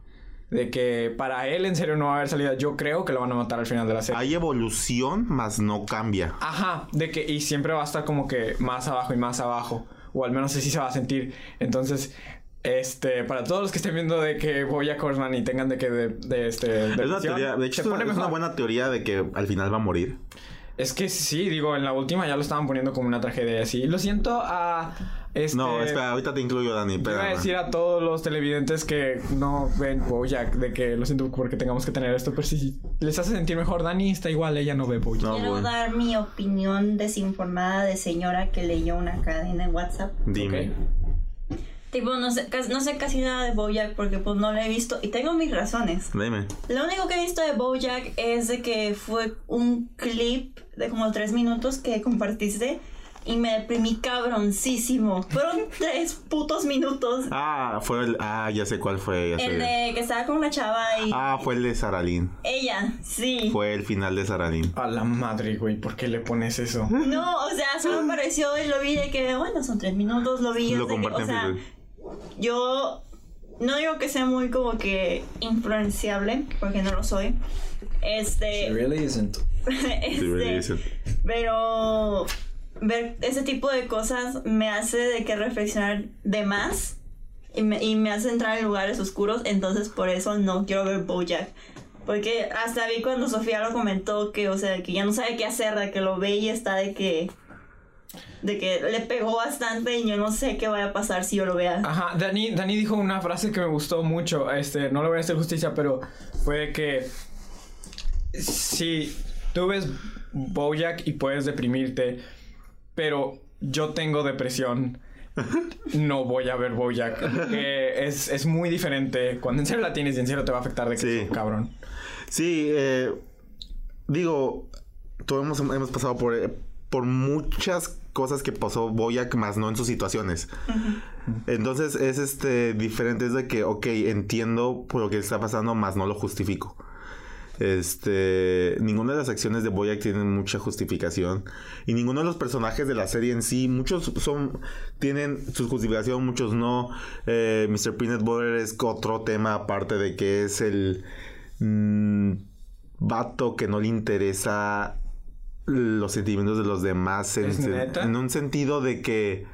Speaker 1: De que para él en serio no va a haber salida. Yo creo que lo van a matar al final de la serie.
Speaker 3: Hay evolución, más no cambia.
Speaker 1: Ajá, de que y siempre va a estar como que más abajo y más abajo, o al menos así se va a sentir. Entonces, este, para todos los que estén viendo de que voy a Corsman y tengan de que de, de este
Speaker 3: Es una
Speaker 1: depresión,
Speaker 3: teoría, de hecho,
Speaker 1: se
Speaker 3: es una,
Speaker 1: pone
Speaker 3: es una
Speaker 1: mejor.
Speaker 3: buena teoría de que al final va a morir.
Speaker 1: Es que sí, digo, en la última ya lo estaban poniendo como una tragedia y así. Lo siento a este
Speaker 3: No, espera, ahorita te incluyo, Dani.
Speaker 1: Yo Iba a
Speaker 3: espérame.
Speaker 1: decir a todos los televidentes que no ven Bojack, de que lo siento porque tengamos que tener esto, pero si les hace sentir mejor, Dani está igual, ella no ve Bojack.
Speaker 3: No,
Speaker 2: Quiero
Speaker 3: bueno.
Speaker 2: dar mi opinión desinformada de señora que leyó una cadena en WhatsApp.
Speaker 3: Dime.
Speaker 1: Ok.
Speaker 2: Tipo, no sé, cas- no sé casi nada de Bojack porque pues no la he visto y tengo mis razones.
Speaker 3: Dime.
Speaker 2: Lo único que he visto de Bojack es de que fue un clip de como tres minutos que compartiste y me deprimí cabroncísimo. Fueron tres putos minutos.
Speaker 3: Ah, fue el. Ah, ya sé cuál fue. ya sé.
Speaker 2: El de que estaba con una chava y
Speaker 3: Ah, fue el de Saralín.
Speaker 2: ella, sí.
Speaker 3: Fue el final de Saralín.
Speaker 1: A la madre, güey, ¿por qué le pones eso?
Speaker 2: No, o sea, solo apareció y lo vi de que, bueno, son tres minutos, lo vi.
Speaker 3: Lo
Speaker 2: hasta que- o
Speaker 3: compartí en
Speaker 2: sea,
Speaker 3: Facebook.
Speaker 2: yo no digo que sea muy como que influenciable, porque no lo soy. Este,
Speaker 1: really isn't.
Speaker 2: este,
Speaker 3: Sí, güey, dicen.
Speaker 2: pero ver ese tipo de cosas me hace de que reflexionar de más y me, y me hace entrar en lugares oscuros, entonces por eso no quiero ver Bojack. Porque hasta vi cuando Sofía lo comentó que, o sea, que ya no sabe qué hacer, de que lo ve y está de que... De que le pegó bastante y yo no sé qué vaya a pasar si yo lo vea.
Speaker 1: Ajá, Dani, Dani dijo una frase que me gustó mucho. Este, no le voy a hacer justicia, pero fue de que si tú ves Bojack y puedes deprimirte, pero yo tengo depresión. No voy a ver Bojack. Que es, es muy diferente. Cuando en serio la tienes y en serio te va a afectar de que
Speaker 3: Sí.
Speaker 1: es un cabrón.
Speaker 3: Sí, eh, digo, todos hemos, hemos pasado por, eh, por muchas cosas que pasó Boyac, más no en sus situaciones. Entonces es este diferente, es de que, ok, entiendo por lo que está pasando, más no lo justifico. Este, ninguna de las acciones de Boyac tienen mucha justificación y ninguno de los personajes de la serie en sí, muchos son tienen su justificación, muchos no. Eh, Mr. Peanut Butter es otro tema aparte de que es el mm, vato que no le interesa los sentimientos de los demás en,
Speaker 1: ¿Es neta?
Speaker 3: en un sentido de que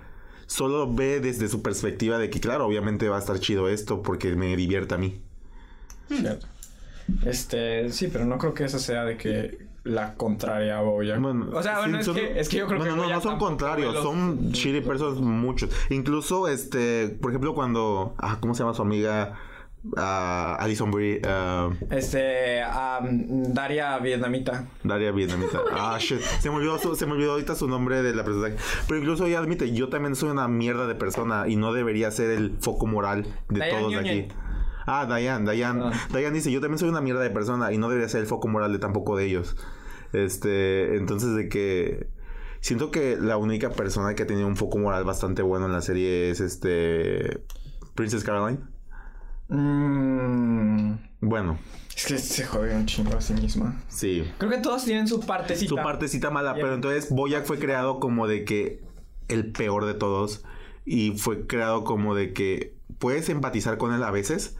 Speaker 3: solo ve desde su perspectiva de que claro, obviamente va a estar chido esto porque me divierte a mí.
Speaker 1: Cierto. Este, sí, pero no creo que eso sea de que la contraria a Bojack.
Speaker 3: Bueno,
Speaker 1: o sea, bueno,
Speaker 3: sí,
Speaker 1: es,
Speaker 3: son-
Speaker 1: que, es que yo creo
Speaker 3: bueno,
Speaker 1: que.
Speaker 3: no, no,
Speaker 1: Bojack
Speaker 3: son
Speaker 1: tampoco
Speaker 3: contrarios,
Speaker 1: ve los-
Speaker 3: son shitty personas muchos. Incluso, este, por ejemplo, cuando, ah, ¿cómo se llama su amiga? Ah, Alison Brie, ah,
Speaker 1: Este, am, Daria vietnamita.
Speaker 3: Daria vietnamita. Ah, shit. Se me, olvidó su- se me olvidó ahorita su nombre de la personaje. Pero incluso ella admite, yo también soy una mierda de persona y no debería ser el foco moral de
Speaker 1: Diane
Speaker 3: todos de
Speaker 1: Union.
Speaker 3: aquí. Ah, Diane, Diane.
Speaker 1: Ah.
Speaker 3: Diane dice, yo también soy una mierda de persona y no debería ser el foco moral de tampoco de ellos. Este, entonces de que... Siento que la única persona que ha tenido un foco moral bastante bueno en la serie es este... Princess Caroline.
Speaker 1: Mm,
Speaker 3: Bueno,
Speaker 1: es que se jode un chingo a sí misma.
Speaker 3: sí.
Speaker 1: Creo que todos tienen su partecita.
Speaker 3: su partecita mala,
Speaker 1: Ya.
Speaker 3: pero entonces Boyac fue creado como de que el peor de todos y fue creado como de que puedes empatizar con él a veces,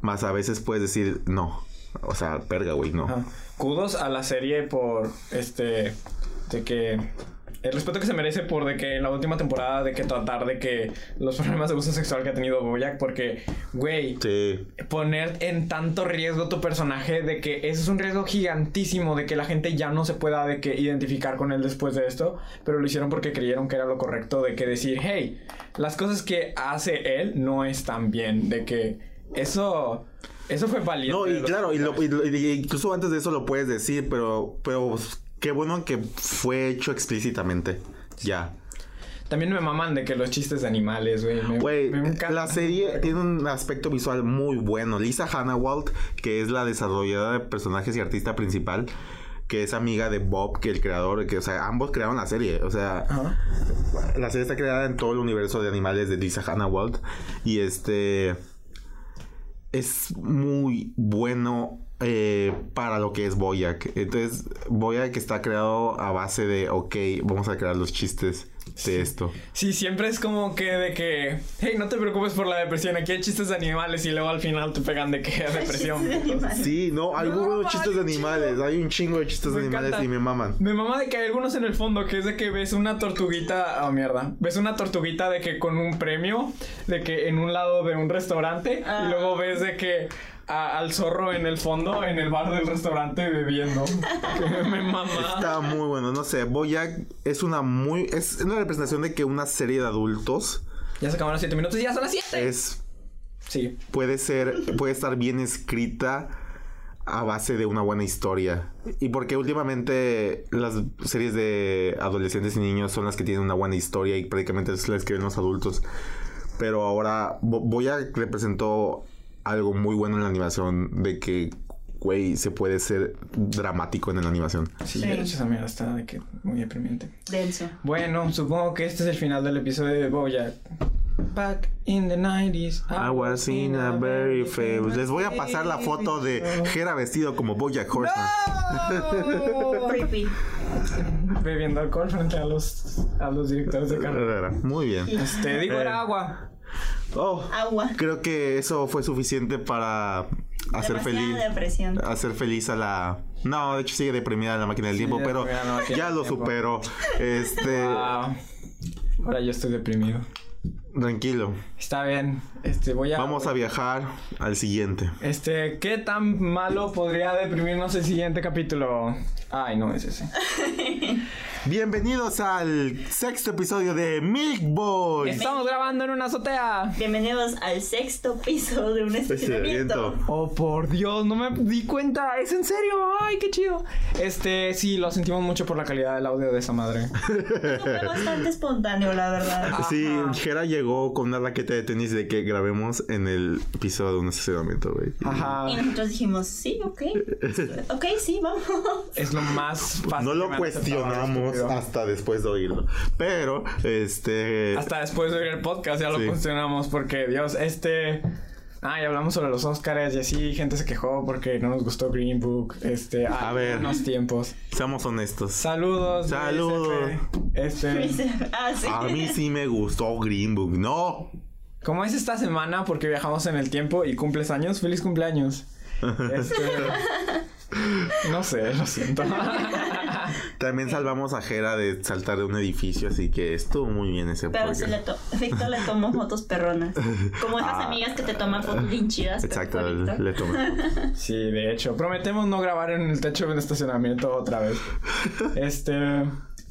Speaker 3: más a veces puedes decir no. O sea,
Speaker 1: Ah.
Speaker 3: verga, güey, no.
Speaker 1: Ajá. Kudos a la serie por este. De que. el respeto que se merece por de que en la última temporada de que tratar de que los problemas de abuso sexual que ha tenido Boyack, porque, güey,
Speaker 3: Sí.
Speaker 1: poner en tanto riesgo tu personaje de que ese es un riesgo gigantísimo de que la gente ya no se pueda de que identificar con él después de esto, pero lo hicieron porque creyeron que era lo correcto de que decir, hey, las cosas que hace él no están bien, de que eso eso fue valiente.
Speaker 3: No,
Speaker 1: de
Speaker 3: y
Speaker 1: los
Speaker 3: claro, y lo- y lo- y incluso antes de eso lo puedes decir, pero, pero qué bueno que fue hecho explícitamente. Ya.
Speaker 1: También me maman de que los chistes de animales, güey. me-
Speaker 3: Güey,
Speaker 1: me encantan.
Speaker 3: la serie tiene un aspecto visual muy bueno. Lisa Walt, que es la desarrolladora de personajes y artista principal, que es amiga de Bob, que el creador, que, o sea, ambos crearon la serie. O sea,
Speaker 1: Ajá.
Speaker 3: la serie está creada en todo el universo de animales de Lisa Walt. Y este. Es muy bueno eh, para lo que es Boyack. Entonces, Boyack está creado a base de, ok, vamos a crear los chistes de esto.
Speaker 1: Sí, siempre es como que de que, hey, no te preocupes por la depresión, aquí hay chistes de animales y luego al final te pegan de que depresión.
Speaker 2: Chistes de
Speaker 1: putos.
Speaker 2: animales.
Speaker 3: Sí, no, hay
Speaker 1: No,
Speaker 3: algunos
Speaker 1: hay
Speaker 3: chistes de
Speaker 1: un chingo.
Speaker 3: animales. Hay un chingo de chistes
Speaker 1: Me
Speaker 3: de animales
Speaker 1: encanta.
Speaker 3: y me maman.
Speaker 1: Me mama de que hay algunos en el fondo que es de que ves una tortuguita, oh mierda, ves una tortuguita de que con un premio, de que en un lado de un restaurante
Speaker 2: Ah.
Speaker 1: y luego ves de que a- al zorro en el fondo, en el bar del restaurante bebiendo. Que me mama.
Speaker 3: Está muy bueno, no sé. Boyack es una muy. Es una representación de que una serie de adultos
Speaker 1: Ya se acabaron los 7 minutos y ya son las 7.
Speaker 3: es.
Speaker 1: Sí.
Speaker 3: Puede ser. Puede estar bien escrita a base de una buena historia. Y porque últimamente las series de adolescentes y niños son las que tienen una buena historia y prácticamente es la escriben los adultos. Pero ahora Bo- Boyack representó algo muy bueno en la animación de que, güey, se puede ser dramático en la animación.
Speaker 1: Sí,
Speaker 2: Sí.
Speaker 1: de hecho esa mierda está de que muy deprimente.
Speaker 2: Denso.
Speaker 1: Bueno, supongo que este es el final del episodio de Bojack. Back in the 90s.
Speaker 3: I was in a very famous. Les voy a pasar la foto de Jera vestido como Bojack Horseman.
Speaker 2: Creepy.
Speaker 1: Bebiendo alcohol frente a los, a los directores de carrera.
Speaker 3: Muy bien.
Speaker 1: Te digo,
Speaker 3: Eh.
Speaker 1: era agua.
Speaker 3: Oh,
Speaker 2: Agua.
Speaker 3: creo que eso fue suficiente para hacer
Speaker 2: Demasiada
Speaker 3: feliz. Ah.
Speaker 2: depresión.
Speaker 3: Hacer feliz a la. No, de hecho sigue deprimida la máquina del tiempo, pero
Speaker 1: deprimida la máquina
Speaker 3: ya
Speaker 1: del
Speaker 3: lo
Speaker 1: tiempo.
Speaker 3: superó. Este.
Speaker 1: Ah, ahora yo estoy deprimido.
Speaker 3: Tranquilo.
Speaker 1: Está bien. Este, voy a.
Speaker 3: Vamos a viajar al siguiente.
Speaker 1: Este, ¿qué tan malo podría deprimirnos el siguiente capítulo? Ay, no es ese.
Speaker 3: Bienvenidos al sexto episodio de Milk Boy.
Speaker 1: Estamos grabando en una azotea.
Speaker 2: Bienvenidos al sexto piso de un
Speaker 3: Estacionamiento.
Speaker 2: estacionamiento.
Speaker 1: Oh, por Dios, no me di cuenta. Es en serio. Ay, qué chido. Este, sí, lo sentimos mucho por la calidad del audio de esa madre.
Speaker 2: Fue bastante espontáneo, la verdad.
Speaker 3: Sí, Jera llegó con una raqueta de tenis de que grabemos en el piso de un estacionamiento, güey.
Speaker 1: Ajá.
Speaker 3: Ah.
Speaker 2: Y nosotros dijimos, sí, ok. Ok, sí, vamos.
Speaker 1: Es lo más fácil. que
Speaker 3: No
Speaker 1: me
Speaker 3: lo
Speaker 1: han aceptado,
Speaker 3: cuestionamos
Speaker 1: estúpido.
Speaker 3: hasta después de oírlo. Pero, este.
Speaker 1: Hasta después de oír el podcast ya lo
Speaker 3: Sí.
Speaker 1: cuestionamos porque, Dios, este... Ah, y hablamos sobre los Oscars y así gente se quejó porque no nos gustó Green Book. Este, a
Speaker 3: A ver.
Speaker 1: unos tiempos.
Speaker 3: Seamos honestos.
Speaker 1: Saludos.
Speaker 3: Saludos.
Speaker 1: BSF. Este,
Speaker 2: Ah, sí.
Speaker 3: A mí sí me gustó Green Book. No.
Speaker 1: como es esta semana porque viajamos en el tiempo y cumples años, feliz cumpleaños. Este, no sé, lo siento.
Speaker 3: También salvamos a Jera de saltar de un edificio, así que estuvo muy bien ese
Speaker 2: Pero se le
Speaker 3: podcast.
Speaker 2: to Víctor le tomó fotos perronas. Como esas
Speaker 3: Ah.
Speaker 2: amigas que te toman fotos bien chidas. pero
Speaker 3: Exacto,
Speaker 2: fue
Speaker 3: le,
Speaker 2: Víctor.
Speaker 3: le tomé.
Speaker 1: Sí, de hecho, prometemos no grabar en el techo de un estacionamiento otra vez. Este...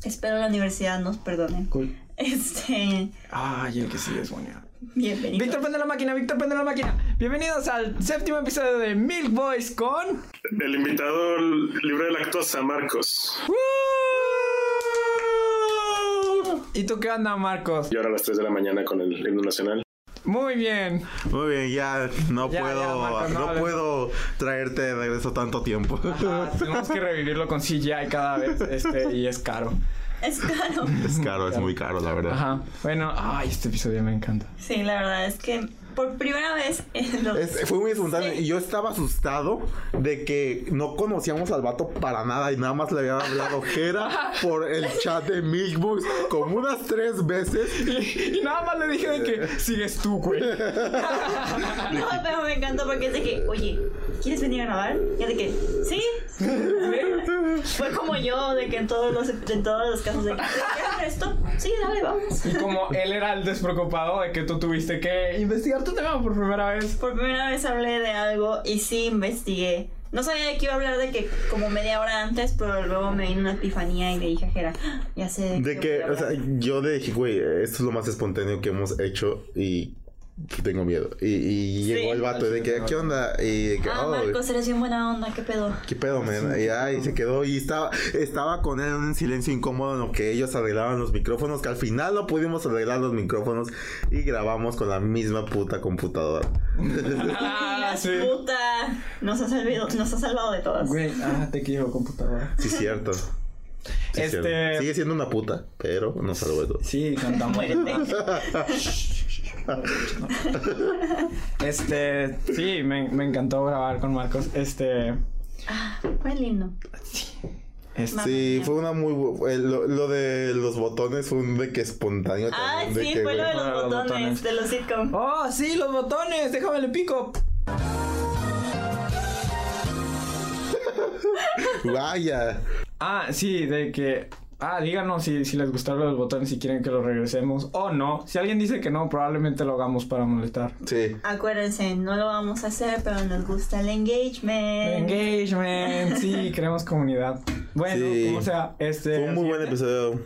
Speaker 2: Espero la universidad nos perdone.
Speaker 1: Cool.
Speaker 2: Este.
Speaker 1: Ay, el que sí es bueno.
Speaker 2: Bienvenido.
Speaker 1: Víctor prende la máquina, Víctor prende la máquina. Bienvenidos al séptimo episodio de Milk Boys con.
Speaker 5: El invitado libre de lactosa, Marcos.
Speaker 1: ¿Y tú qué onda, Marcos?
Speaker 5: Y ahora a las 3 de la mañana con el himno nacional.
Speaker 1: Muy bien.
Speaker 3: Muy bien, ya no
Speaker 1: Ya, ya,
Speaker 3: puedo,
Speaker 1: Marco, no
Speaker 3: no,
Speaker 1: hables.
Speaker 3: puedo traerte de regreso tanto tiempo.
Speaker 1: Ah, tenemos que revivirlo con CGI cada vez este, y es caro.
Speaker 2: Es caro.
Speaker 3: Es caro, es muy caro, la verdad.
Speaker 1: Ajá. Bueno, ay, este episodio me encanta.
Speaker 2: Sí, la verdad es que por primera vez en los-
Speaker 3: Es- fue muy espontáneo.
Speaker 2: Sí.
Speaker 3: Y yo estaba asustado de que no conocíamos al vato para nada y nada más le había hablado Jera por el chat de Milkbox como unas tres veces.
Speaker 1: Y nada más le dije de que sigues tú, güey.
Speaker 2: No, pero me encantó porque es de que, oye, ¿quieres venir a grabar? Y es de que, ¿sí? Fue como yo, de que en todos los, en todos los casos de que, ¿quieres hacer esto? Sí, dale, vamos.
Speaker 1: Y como él era el despreocupado de que tú tuviste que investigar tu tema por primera vez.
Speaker 2: Por primera vez hablé de algo y sí investigué. No sabía de qué iba a hablar de que como media hora antes, pero luego me vino una epifanía y le dije a Jera, "Ah, ya sé.
Speaker 3: De
Speaker 2: qué voy
Speaker 3: que,
Speaker 2: a
Speaker 3: o sea,
Speaker 2: hablar".
Speaker 3: yo le dije, güey, esto es lo más espontáneo que hemos hecho y tengo miedo. Y, y
Speaker 2: Sí.
Speaker 3: llegó el vato y de que, ¿qué onda? Y de que,
Speaker 2: Ah,
Speaker 3: "Oh,
Speaker 2: Marcos, eres bien buena onda, ¿qué pedo?
Speaker 3: ¿Qué pedo, man? Y ahí se quedó y estaba, estaba con él en un silencio incómodo en lo que ellos arreglaban los micrófonos, que al final no pudimos arreglar los micrófonos y grabamos con la misma puta computadora.
Speaker 1: Ah,
Speaker 2: Dios,
Speaker 1: sí.
Speaker 2: puta, nos ha, salvado, nos ha salvado de todas.
Speaker 1: Güey, ah, te quiero, computadora.
Speaker 3: Sí, cierto. Sí,
Speaker 1: Este-
Speaker 3: cierto. Sigue siendo una puta, pero no salvo eso.
Speaker 1: Sí, cantamos.
Speaker 2: Muérete.
Speaker 1: Este, sí, me, me encantó grabar con Marcos. Este,
Speaker 2: Fue lindo.
Speaker 1: este
Speaker 3: Sí,
Speaker 2: mía.
Speaker 3: fue una muy... bu- eh, Lo, lo de los botones fue un de que espontáneo.
Speaker 2: Ah,
Speaker 3: también, de
Speaker 2: sí,
Speaker 3: que,
Speaker 2: fue lo
Speaker 3: güey.
Speaker 2: de los
Speaker 1: Para los
Speaker 2: botones,
Speaker 1: botones.
Speaker 2: de los sitcom.
Speaker 1: Oh, sí, los botones, déjame le pico.
Speaker 3: Vaya.
Speaker 1: Ah, sí, de que. Ah, díganos si, si les gustaron los botones, si quieren que los regresemos o no. Si alguien dice que no, probablemente lo hagamos para molestar.
Speaker 3: Sí.
Speaker 2: Acuérdense, no lo vamos a hacer, pero nos gusta el engagement.
Speaker 1: Engagement, sí, creamos comunidad. Bueno,
Speaker 3: Sí.
Speaker 1: como sea, este.
Speaker 3: Fue un muy buen episodio.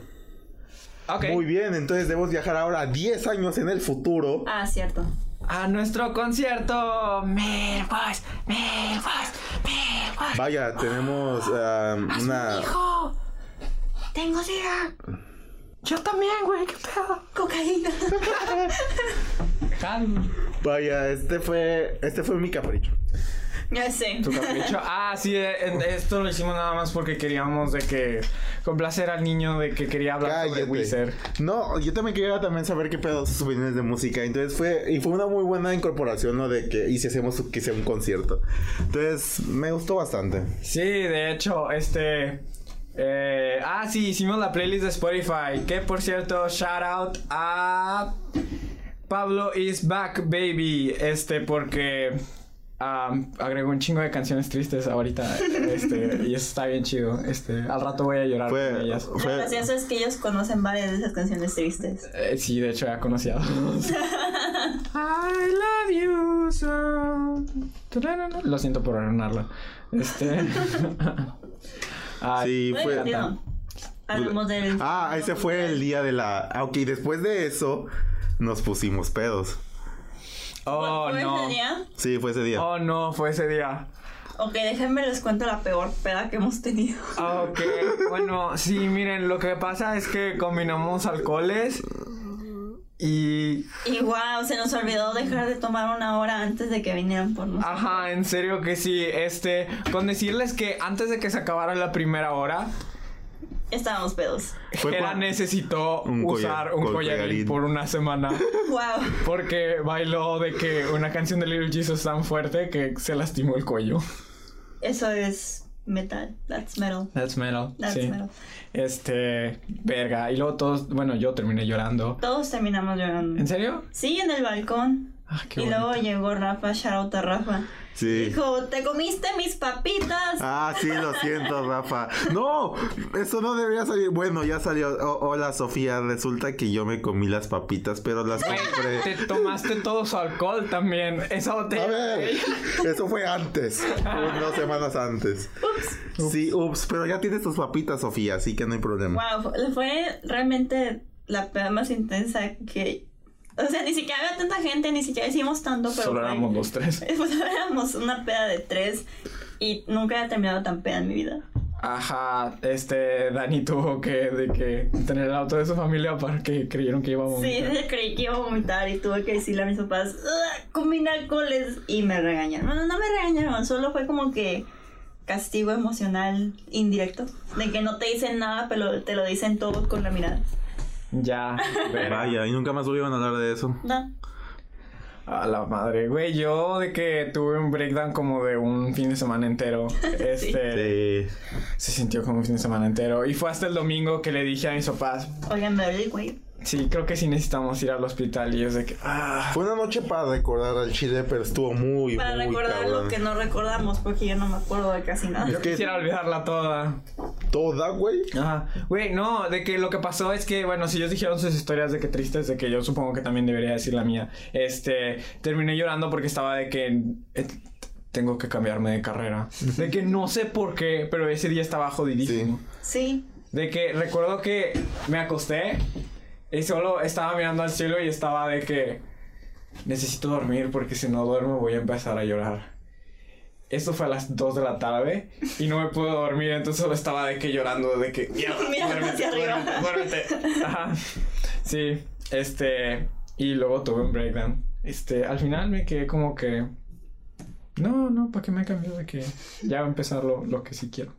Speaker 1: Ok.
Speaker 3: Muy bien, entonces debemos viajar ahora 10 años en el futuro.
Speaker 2: Ah, cierto.
Speaker 1: A nuestro concierto. Melboys, Melboys, Melboys.
Speaker 3: Vaya, tenemos um, una...
Speaker 2: ¡Hijo! ¡Tengo sida!
Speaker 1: Yo también, güey, qué pedo.
Speaker 2: ¡Cocaína!
Speaker 1: Calma.
Speaker 3: Vaya, este fue, este fue mi capricho.
Speaker 2: ya sé.
Speaker 1: Tu capricho. Ah, sí, eh, en- esto lo hicimos nada más porque queríamos de que complacer al niño de que quería hablar sobre Wizard.
Speaker 3: Cállate. No, yo también quería también saber qué pedos sus opiniones de música. Entonces fue, y fue una muy buena incorporación, ¿no? De que, y si hacemos que sea un concierto. Entonces, me gustó bastante.
Speaker 1: Sí, de hecho, este. eh, ah, sí, hicimos la playlist de Spotify. Que por cierto, shout out a Pablo is back, baby. Este, porque am, agregó un chingo de canciones tristes ahorita. Este, y eso está bien chido. Este, al rato voy a llorar con
Speaker 3: Fue,
Speaker 1: ellas.
Speaker 2: Lo
Speaker 3: fue,
Speaker 2: gracioso es que ellos conocen varias de esas canciones tristes.
Speaker 1: Eh, sí, de hecho ya conocí a dos. I love you so. Tararara. Lo siento por arruinarla. Este. Ay,
Speaker 3: sí,
Speaker 2: Muy
Speaker 3: fue.
Speaker 2: divertido. Hablamos del.
Speaker 3: Ah, ese fue el día de la. Ah, ok, después de eso, nos pusimos pedos.
Speaker 1: Oh,
Speaker 2: ¿Fue
Speaker 1: no.
Speaker 2: ese día?
Speaker 3: Sí, fue ese día.
Speaker 1: Oh, no, fue ese día.
Speaker 2: Ok, déjenme les cuento la peor peda que hemos tenido.
Speaker 1: Ah, Ok, bueno, sí, miren, lo que pasa es que combinamos alcoholes y...
Speaker 2: Y wow, se nos olvidó dejar de tomar una hora antes de que vinieran por nosotros.
Speaker 1: Ajá, en serio que sí, este, con decirles que antes de que se acabara la primera hora,
Speaker 2: Estábamos pedos.
Speaker 3: Fue
Speaker 1: Hera
Speaker 3: cua-
Speaker 1: necesitó
Speaker 3: Un collar-
Speaker 1: usar un
Speaker 3: col-
Speaker 1: collarín,
Speaker 3: collarín.
Speaker 1: por una semana
Speaker 2: Wow.
Speaker 1: porque bailó de que una canción de Little Jesus tan fuerte que se lastimó el cuello.
Speaker 2: Eso es metal. That's metal.
Speaker 1: That's metal.
Speaker 2: That's
Speaker 1: sí.
Speaker 2: metal.
Speaker 1: Este, verga, y luego todos, bueno, yo terminé llorando.
Speaker 2: Todos terminamos llorando.
Speaker 1: ¿En serio?
Speaker 2: Sí, en el balcón.
Speaker 1: Ah, qué
Speaker 2: y
Speaker 1: bonito.
Speaker 2: luego llegó Rafa, shout out a Rafa.
Speaker 3: Sí.
Speaker 2: Dijo, te comiste mis papitas.
Speaker 3: Ah, sí, lo siento, Rafa. No, eso no debería salir. Bueno, ya salió. O- hola, Sofía. Resulta que yo me comí las papitas, pero las
Speaker 1: Güey,
Speaker 3: compré.
Speaker 1: te tomaste todo su alcohol también. Esa botella.
Speaker 3: A ver, eso fue antes, unas semanas antes. Sí, ups, pero ya tienes tus papitas, Sofía, así que no hay problema.
Speaker 2: Wow, fue realmente la peda más intensa que... O sea, ni siquiera había tanta gente, ni siquiera hicimos tanto, pero...
Speaker 1: Solo
Speaker 2: fue-
Speaker 1: éramos los tres.
Speaker 2: Pues éramos una peda de tres y nunca había terminado tan peda en mi vida.
Speaker 1: Ajá, este, Dani tuvo que, de que tener el auto de su familia para que creyeron que íbamos.
Speaker 2: Sí, creí que iba a vomitar y tuve que decirle a mis papás, "Ugh, combina alcoholes y me regañaron. Bueno, no me regañaron, solo fue como que castigo emocional indirecto, de que no te dicen nada, pero te lo dicen todo con la mirada.
Speaker 1: Ya, verga.
Speaker 3: Vaya, y nunca más volvieron a hablar de eso.
Speaker 2: No.
Speaker 1: A la madre, güey. Yo de que tuve un breakdown como de un fin de semana entero. Este.
Speaker 3: Sí.
Speaker 1: Se sintió como un fin de semana entero. Y fue hasta el domingo que le dije a mis papás,
Speaker 2: Oigan, me duele el cuello.
Speaker 1: sí, creo que sí necesitamos ir al hospital. Y yo de que, ah.
Speaker 3: Fue una noche para recordar al chile, pero estuvo muy,
Speaker 2: Para
Speaker 3: muy
Speaker 2: recordar
Speaker 3: cabrón.
Speaker 2: lo que no recordamos, porque yo no me acuerdo de casi nada.
Speaker 1: Yo
Speaker 3: que-
Speaker 1: quisiera olvidarla toda.
Speaker 3: Toda, güey.
Speaker 1: Ajá. Güey, no, de que lo que pasó es que, bueno, si ellos dijeron sus historias de que tristes, de que yo supongo que también debería decir la mía. Este, terminé llorando porque estaba de que eh, tengo que cambiarme de carrera. De que no sé por qué, pero ese día estaba jodidísimo.
Speaker 2: Sí.
Speaker 1: De que recuerdo que me acosté y solo estaba mirando al cielo y estaba de que necesito dormir porque si no duermo voy a empezar a llorar. Esto fue a las 2 de la tarde y no me pude dormir, entonces solo estaba de que llorando, de que... "Mierda,
Speaker 2: Mirando hacia arriba".
Speaker 1: duérmete, duérmete". Ajá. Sí, este... Y luego tuve un breakdown. Este, al final me quedé como que... No, no, ¿para qué me cambió de que ya va a empezar lo, lo que sí quiero?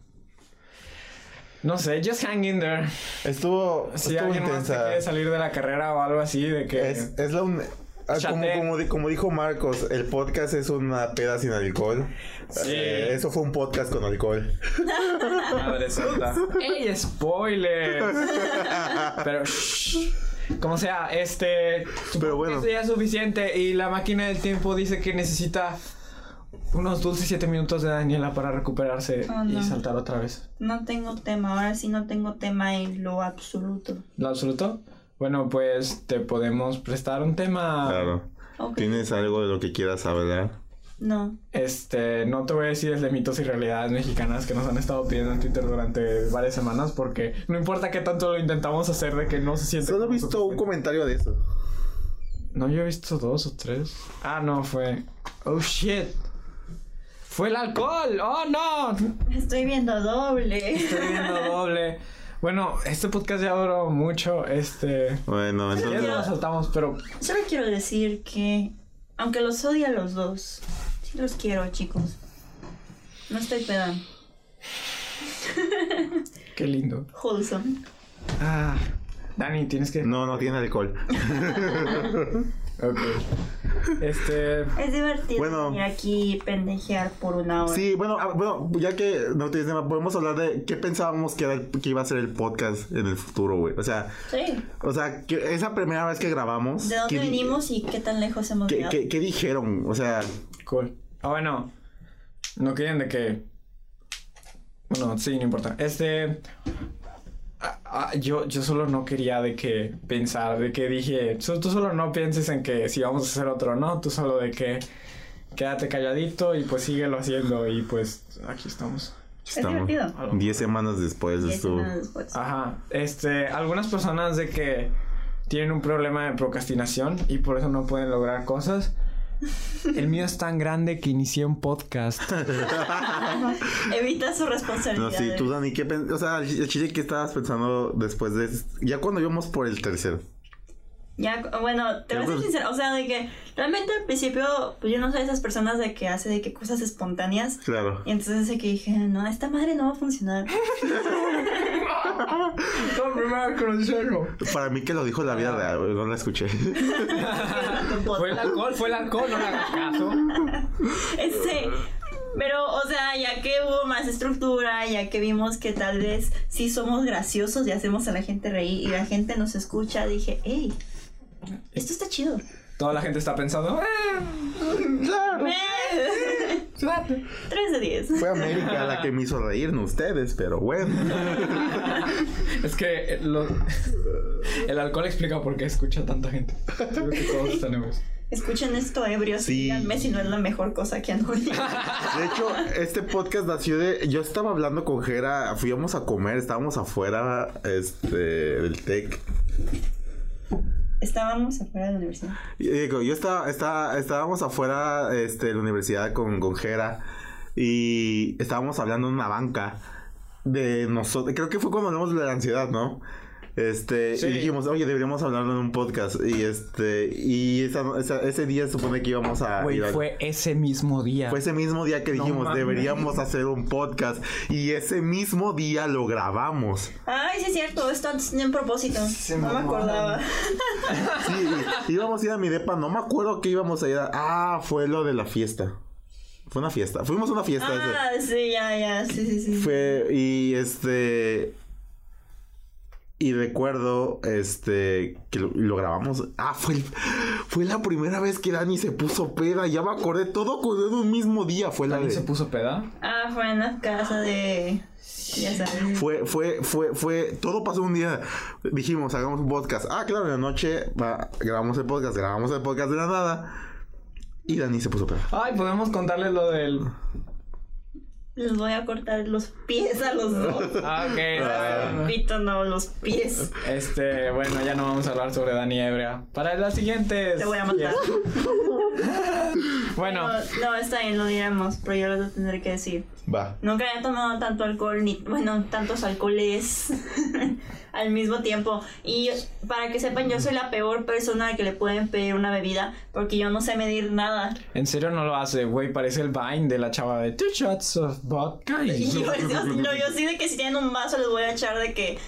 Speaker 1: No sé, just hang in there.
Speaker 3: Estuvo,
Speaker 1: Si
Speaker 3: estuvo
Speaker 1: alguien más te
Speaker 3: intensa.
Speaker 1: quiere salir de la carrera o algo así, de que...
Speaker 3: Es, es la un- ah, como,
Speaker 1: Chatea.
Speaker 3: como di- como dijo Marcos, el podcast es una peda sin alcohol.
Speaker 1: Sí.
Speaker 3: Eh, eso fue un podcast con alcohol.
Speaker 1: Madre santa. ¡Ey, spoilers! Pero, shh. Como sea, este. supongo
Speaker 3: Pero bueno.
Speaker 1: que Eso ya es suficiente. Y la máquina del tiempo dice que necesita unos dulces 7 minutos de Daniela para recuperarse
Speaker 2: Oh,
Speaker 1: y
Speaker 2: no.
Speaker 1: saltar otra vez.
Speaker 2: No tengo tema, ahora sí no tengo tema en lo absoluto.
Speaker 1: ¿Lo absoluto? Bueno, pues te podemos prestar un tema.
Speaker 3: Ah, Claro.
Speaker 2: Ok.
Speaker 3: ¿Tienes algo de lo que quieras hablar?
Speaker 2: No.
Speaker 1: Este, no te voy a decir es de mitos y realidades mexicanas que nos han estado pidiendo en Twitter durante varias semanas porque no importa qué tanto lo intentamos hacer de que no se siente.
Speaker 3: Solo he
Speaker 1: como
Speaker 3: visto un
Speaker 1: suficiente.
Speaker 3: comentario de eso.
Speaker 1: No, yo he visto dos o tres. Ah, no, fue. Oh shit. Fue el alcohol. Oh no. Estoy
Speaker 2: Estoy viendo doble.
Speaker 1: viendo doble. Bueno, este podcast ya duró mucho. Este.
Speaker 3: Bueno,
Speaker 1: Ya
Speaker 3: entonces.
Speaker 1: no lo saltamos, pero.
Speaker 2: Solo quiero decir que, aunque los odia a los dos, sí los quiero, chicos. No estoy peda.
Speaker 1: Qué lindo.
Speaker 2: Wholesome.
Speaker 1: Ah. Dani, tienes que.
Speaker 3: No, no tiene alcohol.
Speaker 1: Ok. Este.
Speaker 2: Es divertido
Speaker 3: Bueno.
Speaker 2: venir aquí y pendejear por una hora.
Speaker 3: Sí, bueno, ah, bueno, ya que no tienes tema, podemos hablar de qué pensábamos que, era el- que iba a ser el podcast en el futuro, güey. O sea,
Speaker 2: Sí.
Speaker 3: o sea, que esa primera vez que grabamos.
Speaker 2: ¿De dónde
Speaker 3: ¿qué di-
Speaker 2: venimos y qué tan lejos hemos
Speaker 3: ¿Qué,
Speaker 2: llegado?
Speaker 3: qué- qué dijeron? O sea,
Speaker 1: Cool. Ah, bueno. No quieren de que. Bueno, sí, no importa. Este. ah, ah, yo, yo solo no quería de que pensar, de que dije. "So- Tú solo no pienses en que si vamos a hacer otro o no. Tú solo de que. Quédate calladito y pues síguelo haciendo. Y pues aquí estamos.
Speaker 2: Es
Speaker 3: estamos
Speaker 2: divertido.
Speaker 3: 10 semanas después
Speaker 2: Y
Speaker 3: de
Speaker 2: es
Speaker 3: esto.
Speaker 2: una después.
Speaker 3: Ah.
Speaker 1: Ajá. Este. Algunas personas de que. Tienen un problema de procrastinación y por eso no pueden lograr cosas. El mío es tan grande que inicié un podcast.
Speaker 2: Evita su
Speaker 3: No,
Speaker 2: responsabilidad.
Speaker 3: sí, tú, Dani, ¿qué pen- O sea, el chile que estabas pensando después de. Ya cuando íbamos por el tercero.
Speaker 2: Ya, bueno, te
Speaker 3: Ya,
Speaker 2: voy a ser
Speaker 3: pues-
Speaker 2: sincera. O sea, de que realmente al principio, pues yo no soy de esas personas de que hace de que cosas espontáneas.
Speaker 3: Claro.
Speaker 2: Y entonces de que dije, no, esta madre no va a funcionar.
Speaker 1: primer consejo.
Speaker 3: Para mí que lo dijo la vida real, güey, no la escuché.
Speaker 1: Fue el alcohol, fue el alcohol, no le hagas caso.
Speaker 2: Este, pero, o sea, ya que hubo más estructura, ya que vimos que tal vez sí somos graciosos y hacemos a la gente reír y la gente nos escucha, dije, hey, esto está chido.
Speaker 1: Toda la gente está pensando, "Ah, suerte".
Speaker 2: 3 de 10.
Speaker 3: Fue América la que me hizo reír, no ustedes, pero bueno.
Speaker 1: Es que lo- el alcohol explica por qué escucha tanta gente. Yo Creo que todos están ebrios.
Speaker 2: Escuchen esto, ebrios.
Speaker 3: Sí.
Speaker 2: Sí. Díganme si no es la mejor cosa que han oído.
Speaker 3: De hecho, este podcast nació de. Yo estaba hablando con Jera, fuimos a comer, estábamos afuera este, del TEC.
Speaker 2: Estábamos afuera de la universidad.
Speaker 3: Y digo, yo estaba, estaba- estábamos afuera este, de la universidad con, con Jera y estábamos hablando en una banca de nosotros. Creo que fue cuando hablamos de la ansiedad, ¿no? Este,
Speaker 1: Sí.
Speaker 3: y dijimos, oye, deberíamos hablarlo en un podcast. Y este, y esa- esa- ese día supone que íbamos a
Speaker 1: Güey,
Speaker 3: ir al-
Speaker 1: fue ese mismo día.
Speaker 3: Fue ese mismo día que
Speaker 1: No
Speaker 3: dijimos,
Speaker 1: mames.
Speaker 3: deberíamos hacer un podcast. Y ese mismo día lo grabamos.
Speaker 2: Ay, sí es cierto, esto antes tenía un propósito.
Speaker 1: Se
Speaker 2: no me
Speaker 1: mamaron.
Speaker 2: acordaba.
Speaker 3: Sí, y- íbamos a ir a mi depa. No me acuerdo que íbamos a ir a... Ah, fue lo de la fiesta. Fue una fiesta. Fuimos a una fiesta. ese.
Speaker 2: Ah, sí, ya, ya, sí, sí, sí.
Speaker 3: Fue, y este. Y recuerdo, este, que lo, lo grabamos. Ah, fue, el- fue la primera vez que Dani se puso peda. Ya me acordé, todo ocurrió en un mismo día. Fue la
Speaker 1: ¿También se
Speaker 3: de,
Speaker 1: puso peda?
Speaker 2: Ah, fue en la casa de. Ya sabes.
Speaker 3: fue, fue, fue, fue, todo pasó un día. Dijimos, hagamos un podcast. Ah, claro, en la noche va, grabamos el podcast, grabamos el podcast de la nada. Y Dani se puso peda.
Speaker 1: Ay, podemos contarles lo del.
Speaker 2: Les voy a cortar los pies a los dos.
Speaker 1: Ah, ok. está bien.
Speaker 2: Pito, no, los pies.
Speaker 1: Este, bueno, ya no vamos a hablar sobre Dani Ebrea. Para las siguientes.
Speaker 2: Te voy a matar.
Speaker 1: Bueno,
Speaker 2: No, no, está bien, lo diremos, pero yo lo tendré que decir.
Speaker 3: Va.
Speaker 2: Nunca había tomado tanto alcohol, ni, bueno, tantos alcoholes al mismo tiempo. Y para que sepan, yo soy la peor persona a la que le pueden pedir una bebida, porque yo no sé medir nada.
Speaker 1: en serio no lo hace, güey. Parece el Vine de la chava de Two Shots of Vodka.
Speaker 2: Y
Speaker 1: Y...
Speaker 2: yo, no, yo sí de que si tienen un vaso les voy a echar de que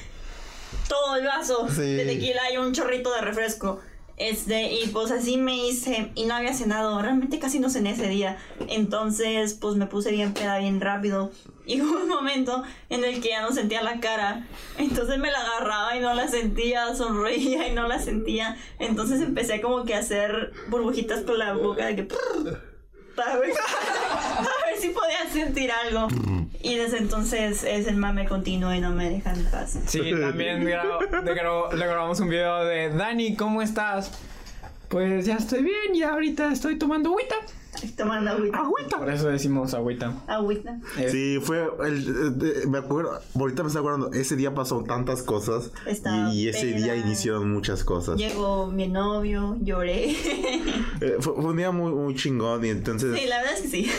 Speaker 2: todo el vaso
Speaker 3: Sí.
Speaker 2: de tequila y un chorrito de refresco. Este, y pues así me hice y no había cenado, realmente casi no cené ese día. Entonces, pues me puse bien peda bien rápido. Y hubo un momento en el que ya no sentía la cara. Entonces me la agarraba y no la sentía, sonreía y no la sentía. Entonces empecé como que a hacer burbujitas con la boca de que a ver, a ver si podía sentir algo. Y desde entonces es el mame continuo y no me dejan en paz.
Speaker 1: Sí, también grabo- le, grabo- le grabamos un video de Dani, ¿cómo estás? Pues ya estoy bien, ya ahorita estoy tomando agüita.
Speaker 2: Ay, Tomando agüita.
Speaker 1: Agüita. Por eso decimos agüita.
Speaker 2: Agüita.
Speaker 1: Eh,
Speaker 3: Sí, fue el, eh, eh, me acuerdo, ahorita me estoy acordando, ese día pasó tantas cosas
Speaker 2: Estaba
Speaker 3: y, y ese
Speaker 2: peda.
Speaker 3: día iniciaron muchas cosas.
Speaker 2: Llegó mi novio, lloré.
Speaker 3: Eh, fue, fue un día muy, muy chingón y entonces
Speaker 2: Sí, la verdad es que sí.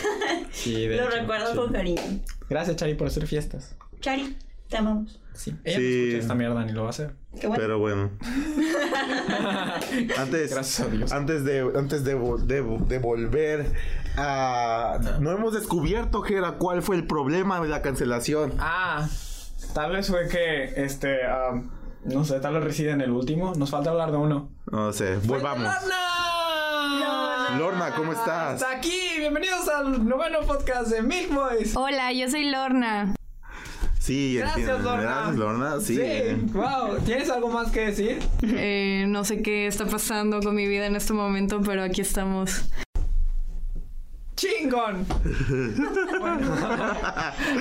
Speaker 1: sí, de
Speaker 2: Lo
Speaker 1: hecho,
Speaker 2: recuerdo
Speaker 1: sí.
Speaker 2: con cariño.
Speaker 1: Gracias, Chari, por hacer fiestas.
Speaker 2: Chari, te amamos.
Speaker 1: Sí. Ella
Speaker 3: Sí.
Speaker 1: no escucha esta mierda ni lo va a hacer.
Speaker 2: Qué bueno.
Speaker 3: Pero bueno. antes,
Speaker 1: Gracias a Dios.
Speaker 3: antes de, antes de, vo- de vo- de volver a... No hemos descubierto, Jera, cuál fue el problema de la cancelación.
Speaker 1: Ah, tal vez fue que, este, am, no sé, tal vez reside en el último. Nos falta hablar de uno.
Speaker 3: No sé, volvamos.
Speaker 1: ¡Lorna!
Speaker 3: Lorna, ¿cómo estás?
Speaker 1: Está aquí. Bienvenidos al noveno podcast de Milk Boys.
Speaker 6: Hola, yo soy Lorna.
Speaker 3: Sí,
Speaker 1: Gracias,
Speaker 3: entiendo.
Speaker 1: Lorna.
Speaker 3: Gracias, Lorna. Sí. eh.
Speaker 1: wow. ¿Tienes algo más que decir?
Speaker 6: Eh, no sé qué está pasando con mi vida en este momento, pero aquí estamos.
Speaker 1: ¡Chingón!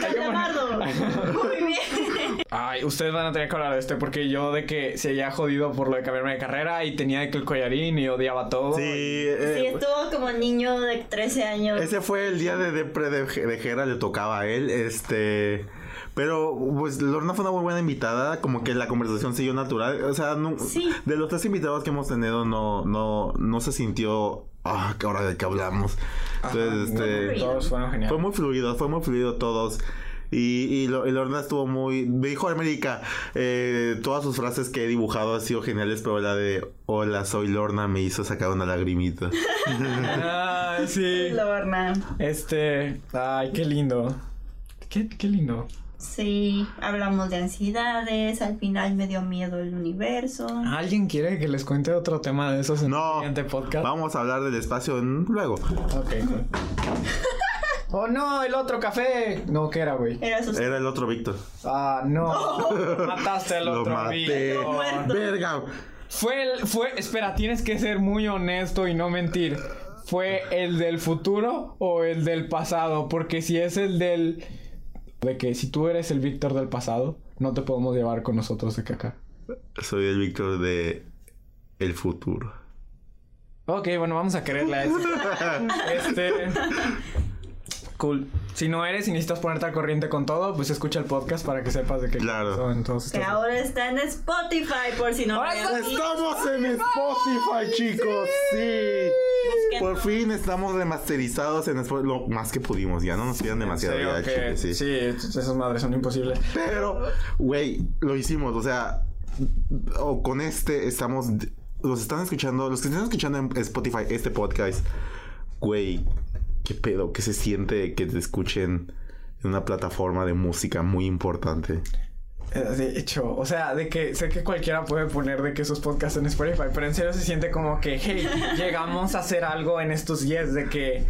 Speaker 2: Calamardo. Muy bien.
Speaker 1: Ay, ustedes van a tener que hablar de este porque yo de que se había jodido por lo de cambiarme de carrera y tenía de que el collarín y odiaba todo.
Speaker 3: Sí, eh,
Speaker 2: Sí, estuvo como niño de 13 años.
Speaker 3: Ese fue el día de depre de, de Jera, le tocaba a él, este... Pero, pues, Lorna fue una muy buena invitada, como que la conversación siguió natural, o sea, no-
Speaker 2: Sí.
Speaker 3: de los tres invitados que hemos tenido no, no, no se sintió, ah, que ahora de qué hablamos. Entonces, este...
Speaker 2: fluido.
Speaker 1: Todos fueron geniales.
Speaker 3: Fue muy fluido, fue muy fluido todos. Y, y, Lo- y Lorna estuvo muy... Me dijo América, eh, todas sus frases que he dibujado han sido geniales, pero la de, hola, soy Lorna, me hizo sacar una lagrimita.
Speaker 1: Ah, sí.
Speaker 2: Lorna.
Speaker 1: Este. Ay, qué lindo. Qué, qué lindo.
Speaker 2: Sí, hablamos de ansiedades. Al final me dio miedo el universo.
Speaker 1: ¿Alguien quiere que les cuente otro tema de esos en el
Speaker 3: No,
Speaker 1: siguiente podcast?
Speaker 3: vamos a hablar del espacio en- luego.
Speaker 1: Ok. ¡Oh, no! ¡El otro café! No, ¿qué era, güey?
Speaker 2: Era sus
Speaker 3: Era el otro Víctor.
Speaker 1: Ah, no. Mataste al
Speaker 3: Lo
Speaker 1: otro
Speaker 3: maté.
Speaker 1: Víctor.
Speaker 2: muerto.
Speaker 3: Verga.
Speaker 1: Fue el. Fue. Espera, tienes que ser muy honesto y no mentir. ¿Fue el del futuro o el del pasado? Porque si es el del. De que si tú eres el Víctor del pasado, no te podemos llevar con nosotros de que acá.
Speaker 3: Soy el Víctor de el futuro.
Speaker 1: Ok, bueno, vamos a quererla eso. este. Cool. Si no eres y necesitas ponerte al corriente con todo, pues escucha el podcast para que sepas de qué
Speaker 3: Claro.
Speaker 1: pasó en todos
Speaker 2: Que
Speaker 1: estos-
Speaker 2: ahora está en Spotify, por si no
Speaker 1: Ahora
Speaker 2: lo
Speaker 1: está-
Speaker 2: habían visto.
Speaker 3: Estamos en Spotify, chicos. Sí.
Speaker 2: Busquen-
Speaker 3: Por fin estamos remasterizados en Spotify. Lo más que pudimos, ya no nos pidan demasiado.
Speaker 1: Serio
Speaker 3: ya,
Speaker 1: que-
Speaker 3: chile,
Speaker 1: sí, esas madres son imposibles.
Speaker 3: Pero, güey, lo hicimos. O sea, o con este estamos, los están escuchando, los que están escuchando en Spotify este podcast, güey, qué pedo, qué se siente que te escuchen en una plataforma de música muy importante.
Speaker 1: Eh, De hecho, o sea, de que sé que cualquiera puede poner de que sus podcasts en Spotify, pero en serio se siente como que, hey, llegamos a hacer algo en estos 10, de que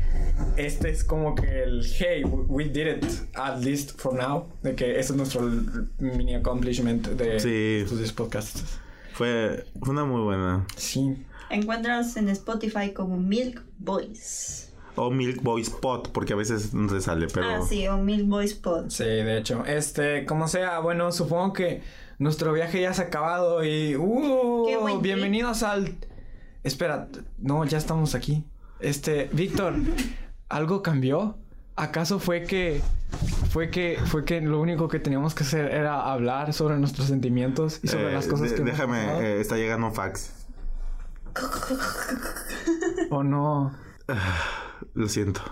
Speaker 1: este es como que el, hey, we we did it, at least for now, de que ese es nuestro l- mini accomplishment de
Speaker 3: Sí.
Speaker 1: estos 10 podcasts.
Speaker 3: Fue fue una muy buena.
Speaker 1: Sí,
Speaker 2: Encuéntranos en Spotify como Milk Boys.
Speaker 3: O Milk Boys Pod, porque a veces no te sale, pero...
Speaker 2: Ah, sí, o Milk Boys Pods.
Speaker 1: sí, de hecho, este, como sea, bueno, supongo que nuestro viaje ya se ha acabado y,
Speaker 2: Qué buen
Speaker 1: uh,
Speaker 2: trip.
Speaker 1: bienvenidos al... Espera, no, ya estamos aquí. Este, Víctor, ¿algo cambió? ¿Acaso fue que fue que fue que lo único que teníamos que hacer era hablar sobre nuestros sentimientos y sobre
Speaker 3: Eh,
Speaker 1: las cosas
Speaker 3: de-
Speaker 1: que hemos pasado?
Speaker 3: Déjame, eh, está llegando un fax.
Speaker 1: o no?
Speaker 3: Lo siento.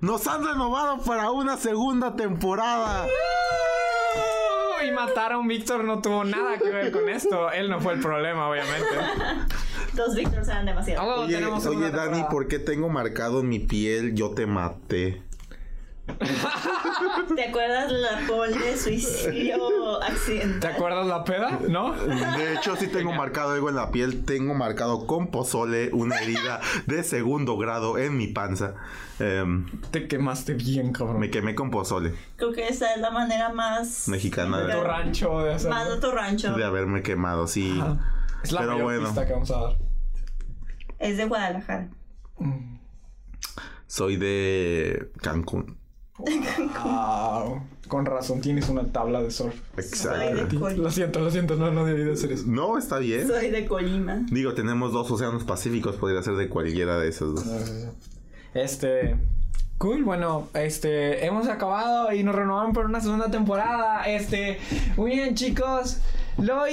Speaker 3: ¡Nos han renovado para una segunda temporada!
Speaker 1: Y matar a un Víctor no tuvo nada que ver con esto. Él no fue el problema, obviamente.
Speaker 2: Dos Víctors eran demasiado.
Speaker 1: Luego
Speaker 3: Oye,
Speaker 1: tenemos
Speaker 3: oye,
Speaker 1: segunda
Speaker 3: Dani,
Speaker 1: temporada.
Speaker 3: ¿por qué tengo marcado en mi piel yo te maté?
Speaker 2: ¿Te acuerdas la poll de suicidio
Speaker 1: ¿Te
Speaker 2: accidental?
Speaker 1: acuerdas la peda? ¿No?
Speaker 3: De hecho, sí tengo marcado algo en la piel. Tengo marcado con pozole una herida de segundo grado en mi panza. Em,
Speaker 1: Te quemaste bien, cabrón.
Speaker 3: me quemé con pozole
Speaker 2: Creo que esa es la manera más.
Speaker 3: mexicana
Speaker 1: De tu
Speaker 3: de,
Speaker 1: rancho de hacer.
Speaker 2: Más de tu rancho.
Speaker 3: de haberme quemado, sí.
Speaker 1: Ajá. Es la
Speaker 3: Pero
Speaker 1: mayor
Speaker 3: bueno.
Speaker 1: pista que vamos a dar.
Speaker 2: Es de Guadalajara.
Speaker 3: Soy de Cancún.
Speaker 1: Wow. Ah, Con razón tienes una tabla de surf.
Speaker 2: Soy
Speaker 3: Exacto.
Speaker 2: de, Col-
Speaker 1: Lo siento, lo siento, no, no debí de hacer eso.
Speaker 3: No, está bien.
Speaker 2: soy de Colima.
Speaker 3: Digo, tenemos dos océanos pacíficos, podría ser de cualquiera de esos dos.
Speaker 1: Este. Cool, bueno, este, hemos acabado y nos renovaron por una segunda temporada. Este, muy bien, chicos, lo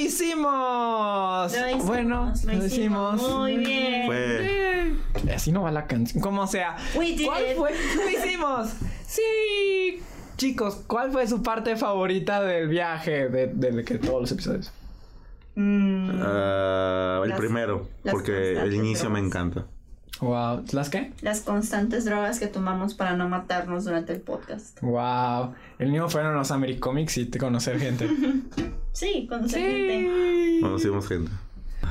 Speaker 1: hicimos.
Speaker 2: Lo hicimos,
Speaker 1: bueno,
Speaker 2: lo hicimos. Muy bien.
Speaker 3: Fue
Speaker 1: Eh, Así no va la canción. Como sea.
Speaker 2: We did
Speaker 1: ¿Cuál
Speaker 2: it.
Speaker 1: fue? Lo hicimos. Sí. Chicos, ¿cuál fue su parte favorita del viaje? De, de que todos los episodios.
Speaker 2: Mm,
Speaker 3: ah, el
Speaker 2: Las-
Speaker 3: primero,
Speaker 2: las
Speaker 3: porque el
Speaker 2: constantes
Speaker 3: inicio me
Speaker 2: bromas.
Speaker 3: encanta.
Speaker 1: Wow. ¿Las qué?
Speaker 2: las constantes drogas que tomamos para no matarnos durante el podcast.
Speaker 1: Wow. El niño fueron los Americomics y te- conocer gente.
Speaker 2: Sí, conocer gente.
Speaker 3: Conocimos gente.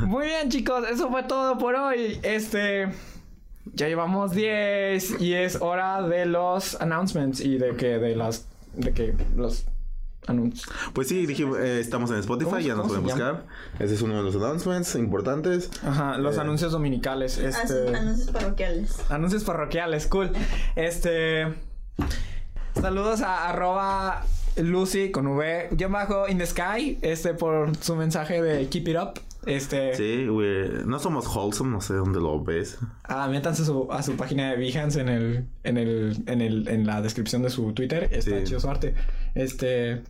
Speaker 1: Muy bien, chicos, eso fue todo por hoy. Este. Ya llevamos 10 y es hora de los announcements y de que de las de que los anuncios.
Speaker 3: Pues sí, dijimos, eh, estamos en
Speaker 1: ¿Cómo
Speaker 3: Spotify,
Speaker 1: se-
Speaker 3: ya nos
Speaker 1: cómo
Speaker 3: pueden
Speaker 1: se llama?
Speaker 3: buscar. Ese es uno de los announcements importantes.
Speaker 1: Ajá, los anuncios dominicales,
Speaker 2: Ah,
Speaker 1: este
Speaker 2: sus Anuncios parroquiales.
Speaker 1: anuncios parroquiales, cool. Este saludos a arroba Lucy con V guión bajo in the sky, este por su mensaje de keep it up. Este
Speaker 3: Sí, güey, no somos wholesome, no sé dónde lo ves.
Speaker 1: Ah, métanse a su, a su página de Behance en el, en el, en el, en la descripción de su Twitter. Está
Speaker 3: Sí.
Speaker 1: chido su arte. Este,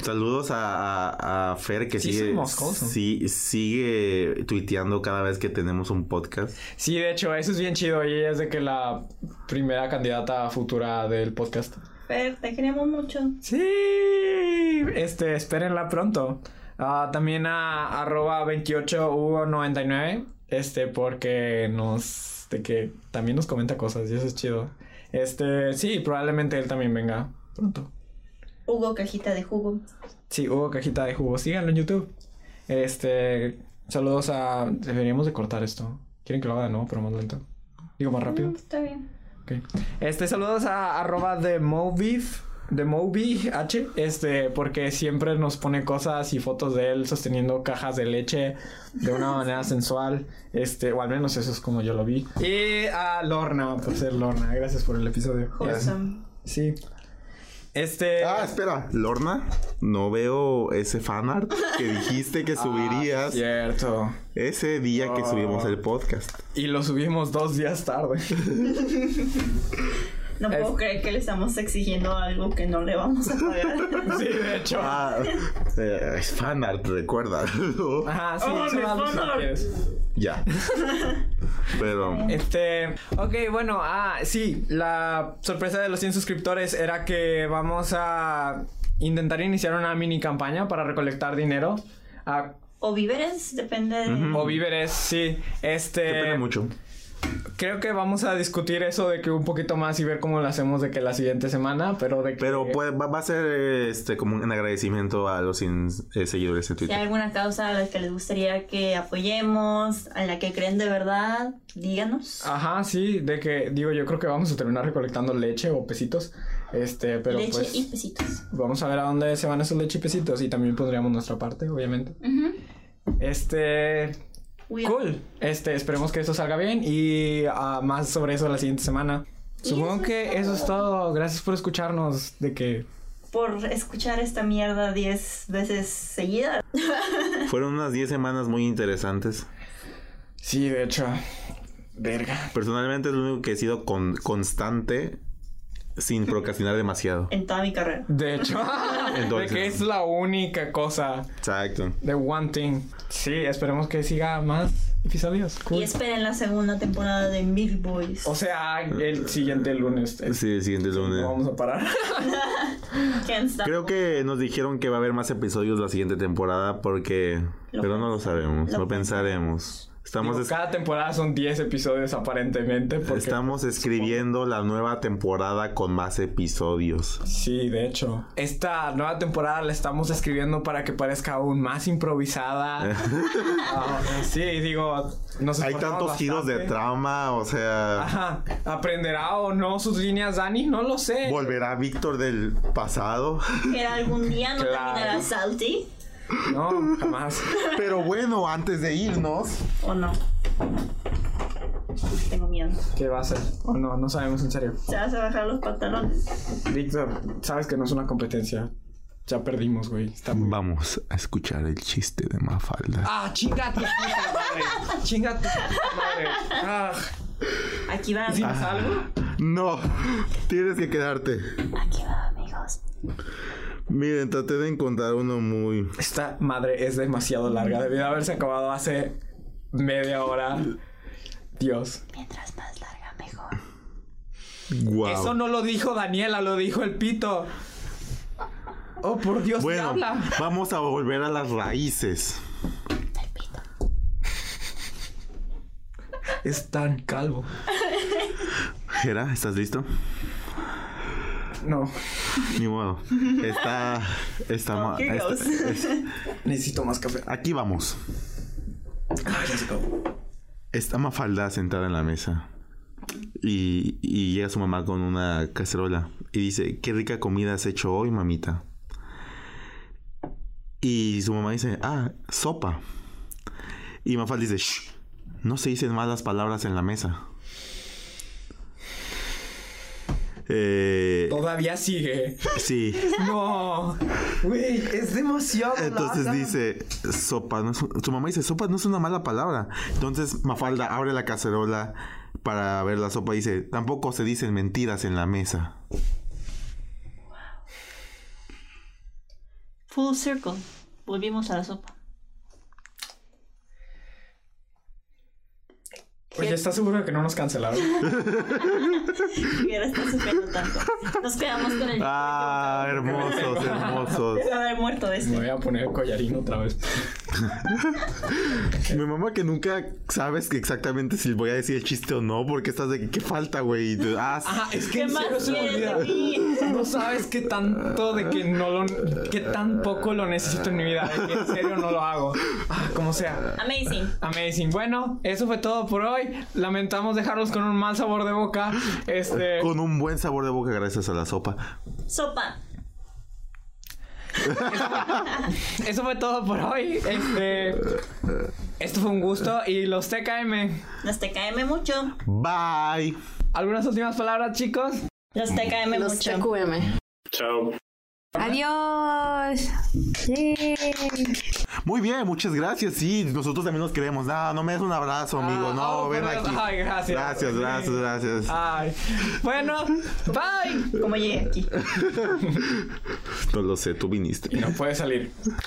Speaker 3: Saludos a, a- a Fer que
Speaker 1: Sí,
Speaker 3: sigue,
Speaker 1: somos wholesome.
Speaker 3: sí, sigue tuiteando cada vez que tenemos un podcast.
Speaker 1: sí, de hecho, eso es bien chido. Y ella es de que la primera candidata futura del podcast.
Speaker 2: Fer, te queremos mucho.
Speaker 1: Sí. Este, espérenla pronto. Ah, también a arroba 28hugo99. Este, porque nos, de que también nos comenta cosas y eso es chido. Este, sí, probablemente él también venga pronto.
Speaker 2: Hugo, cajita de jugo.
Speaker 1: Sí, hubo cajita de jugo. Síganlo en YouTube. Este, saludos a... Deberíamos de cortar esto. ¿Quieren que lo haga de nuevo, pero más lento? Digo, más rápido.
Speaker 2: Mm, está bien.
Speaker 1: Ok. Este, saludos a arroba de Movif. De Moby H, este, porque siempre nos pone cosas y fotos de él sosteniendo cajas de leche de una manera sensual, este, o al menos eso es como yo lo vi. Y a Lorna, por ser Lorna, gracias por el episodio.
Speaker 2: Wholesome.
Speaker 1: Sí. Este.
Speaker 3: Ah, espera, Lorna, no veo ese fanart que dijiste que
Speaker 1: Ah,
Speaker 3: subirías
Speaker 1: Cierto.
Speaker 3: ese día que
Speaker 1: Ah.
Speaker 3: subimos el podcast.
Speaker 1: Y lo subimos dos días tarde.
Speaker 2: No
Speaker 1: Es-
Speaker 2: puedo creer que le estamos exigiendo algo que no le vamos a pagar.
Speaker 1: Sí, de hecho.
Speaker 3: Ah, eh, es fanart, recuerda.
Speaker 1: Ajá, sí,
Speaker 2: Oh,
Speaker 1: eso
Speaker 2: me
Speaker 1: era lo que
Speaker 2: sonó.
Speaker 1: quieres.
Speaker 3: ya. Pero
Speaker 1: Este, ok, bueno, ah, sí, la sorpresa de los 100 suscriptores era que vamos a intentar iniciar una mini campaña para recolectar dinero ah,
Speaker 2: O víveres, depende de...
Speaker 1: o víveres, sí. Este,
Speaker 3: Depende Mm. mucho.
Speaker 1: creo que vamos a discutir eso de que un poquito más y ver cómo lo hacemos de que la siguiente semana, pero de que
Speaker 3: Pero pues, puede- va, va a ser eh, este como un agradecimiento a los in- eh, seguidores en
Speaker 2: Si hay
Speaker 3: Twitter.
Speaker 2: alguna causa a la que les gustaría que apoyemos, a la que creen de verdad, díganos.
Speaker 1: Ajá, sí, de que digo, yo creo que vamos a terminar recolectando leche o pesitos. Este, pero
Speaker 2: Leche
Speaker 1: pues
Speaker 2: y pesitos.
Speaker 1: vamos a ver a dónde se van esos leche y pesitos y también pondríamos nuestra parte, obviamente.
Speaker 2: Ujú.
Speaker 1: Este,
Speaker 2: Uy,
Speaker 1: cool. Este, esperemos que esto salga bien y ah, más sobre eso la siguiente semana.
Speaker 2: Y
Speaker 1: Supongo
Speaker 2: eso es
Speaker 1: que eso es todo. Gracias por escucharnos de que
Speaker 2: Por escuchar esta mierda 10 veces seguida.
Speaker 3: Fueron unas 10 semanas muy interesantes.
Speaker 1: sí, de hecho, verga.
Speaker 3: Personalmente es lo único que he sido con- constante sin procrastinar demasiado.
Speaker 2: En toda mi carrera.
Speaker 1: De hecho, de
Speaker 3: Entonces.
Speaker 1: que es la única cosa
Speaker 3: Exacto.
Speaker 1: de one thing. Sí, esperemos que siga más episodios. Cool.
Speaker 2: Y esperen la segunda temporada de Milk Boys.
Speaker 1: O sea, el siguiente lunes. eh,
Speaker 3: Sí, el siguiente lunes.
Speaker 1: No vamos a parar.
Speaker 2: Can't stop.
Speaker 3: Creo que nos dijeron que va a haber más episodios la siguiente temporada porque...
Speaker 2: Lo
Speaker 3: Pero no lo sabemos,
Speaker 2: lo
Speaker 3: lo pensaremos. Estamos,
Speaker 1: Digo,
Speaker 3: es-
Speaker 1: cada temporada son 10 episodios aparentemente. Porque,
Speaker 3: estamos escribiendo la nueva temporada con más episodios.
Speaker 1: Sí, de hecho. Esta nueva temporada la estamos escribiendo para que parezca aún más improvisada. Ah, sí, digo, nos
Speaker 3: Hay
Speaker 1: esforzamos
Speaker 3: tantos giros de
Speaker 1: bastante.
Speaker 3: trama, o sea...
Speaker 1: Ajá. ¿Aprenderá o no sus líneas Dani? No lo sé.
Speaker 3: ¿Volverá Víctor del pasado?
Speaker 2: Que algún día no
Speaker 1: Claro.
Speaker 2: terminará Salty.
Speaker 1: No, jamás.
Speaker 3: Pero bueno, antes de irnos...
Speaker 2: ¿O no? Tengo miedo.
Speaker 1: ¿Qué va a hacer? O no, no sabemos en serio.
Speaker 2: Se vas a bajar los pantalones.
Speaker 1: Víctor, sabes que no es una competencia. Ya perdimos, güey. Está muy...
Speaker 3: Vamos a escuchar el chiste de Mafalda.
Speaker 1: ¡Ah, chingate! madre! ¡Chingate! madre! ¡Ah!
Speaker 2: Aquí va, amigos.
Speaker 3: Ah.
Speaker 1: ¿Tienes algo?
Speaker 3: No, tienes que quedarte.
Speaker 2: Aquí va, amigos.
Speaker 3: Miren, traté de encontrar uno muy...
Speaker 1: Esta madre es demasiado larga. Debió haberse acabado hace media hora. Dios.
Speaker 2: Mientras más larga, mejor.
Speaker 3: Guau.
Speaker 1: Eso no lo dijo Daniela, lo dijo el pito. Oh, por Dios, ¿qué
Speaker 3: Bueno,
Speaker 1: habla?
Speaker 3: vamos a volver a las raíces.
Speaker 1: Es tan calvo.
Speaker 3: Jera, ¿estás listo?
Speaker 1: No,
Speaker 3: Ni modo. Está. Está
Speaker 1: Ah,
Speaker 3: ma-
Speaker 1: este,
Speaker 2: here
Speaker 3: está-
Speaker 2: goes.
Speaker 3: es-
Speaker 1: necesito más café.
Speaker 3: aquí vamos.
Speaker 1: Ah, ya se acabó.
Speaker 3: Está Mafalda sentada en la mesa. Y, y llega su mamá con una cacerola. Y dice: Qué rica comida has hecho hoy, mamita. Y su mamá dice: Ah, sopa. Y Mafalda dice: Shh, no se dicen malas palabras en la mesa. Eh,
Speaker 1: Todavía sigue.
Speaker 3: sí.
Speaker 1: No. Güey, es demasiado.
Speaker 3: Entonces
Speaker 1: larga.
Speaker 3: dice, sopa, no es un- tu mamá dice, sopa no es una mala palabra. Entonces Mafalda abre la cacerola para ver la sopa y dice, tampoco se dicen mentiras en la mesa.
Speaker 2: Full circle. Volvimos a la sopa.
Speaker 1: Oye, ¿estás seguro de que no nos cancelaron?
Speaker 2: Hubiera estado sufriendo tanto. Nos quedamos con el.
Speaker 3: Ah, hermosos, hermosos.
Speaker 2: Se va a haber muerto de
Speaker 1: Me
Speaker 2: este.
Speaker 1: voy a poner el collarín otra vez.
Speaker 3: Mi mamá que nunca sabes que exactamente si voy a decir el chiste o no, porque estás de que "¿Qué falta, güey. Y tú, Ah, sí.
Speaker 1: Ah, es que
Speaker 2: ¿Qué
Speaker 1: en
Speaker 2: más
Speaker 1: serio se me
Speaker 2: quieres
Speaker 1: olvida.
Speaker 2: de mí?
Speaker 1: No sabes qué tanto de que no lo. qué tan poco lo necesito en mi vida. De que en serio no lo hago. Ah, como sea.
Speaker 2: Amazing.
Speaker 1: Amazing. Bueno, eso fue todo por hoy. Lamentamos dejarlos con un mal sabor de boca. Este.
Speaker 3: con un buen sabor de boca gracias a la sopa.
Speaker 2: Sopa.
Speaker 1: Eso fue todo por hoy. Este. Esto fue un gusto. Y los TKM.
Speaker 2: Los TKM mucho.
Speaker 3: Bye.
Speaker 1: ¿Algunas últimas palabras, chicos?
Speaker 2: Los TKM
Speaker 4: Los
Speaker 2: mucho.
Speaker 4: TQM.
Speaker 5: Chao.
Speaker 6: Adiós. Yay.
Speaker 3: Muy bien, muchas gracias. Sí, nosotros también nos queremos. No, no me des un abrazo, amigo.
Speaker 1: Ah,
Speaker 3: no,
Speaker 1: oh,
Speaker 3: ven
Speaker 1: perdón.
Speaker 3: aquí.
Speaker 1: Ay, gracias.
Speaker 3: Gracias, Ah, gracias, gracias.
Speaker 1: Ay. Bueno, bye.
Speaker 2: ¿Cómo llegué aquí?
Speaker 3: No lo sé, tú viniste.
Speaker 1: No puede salir.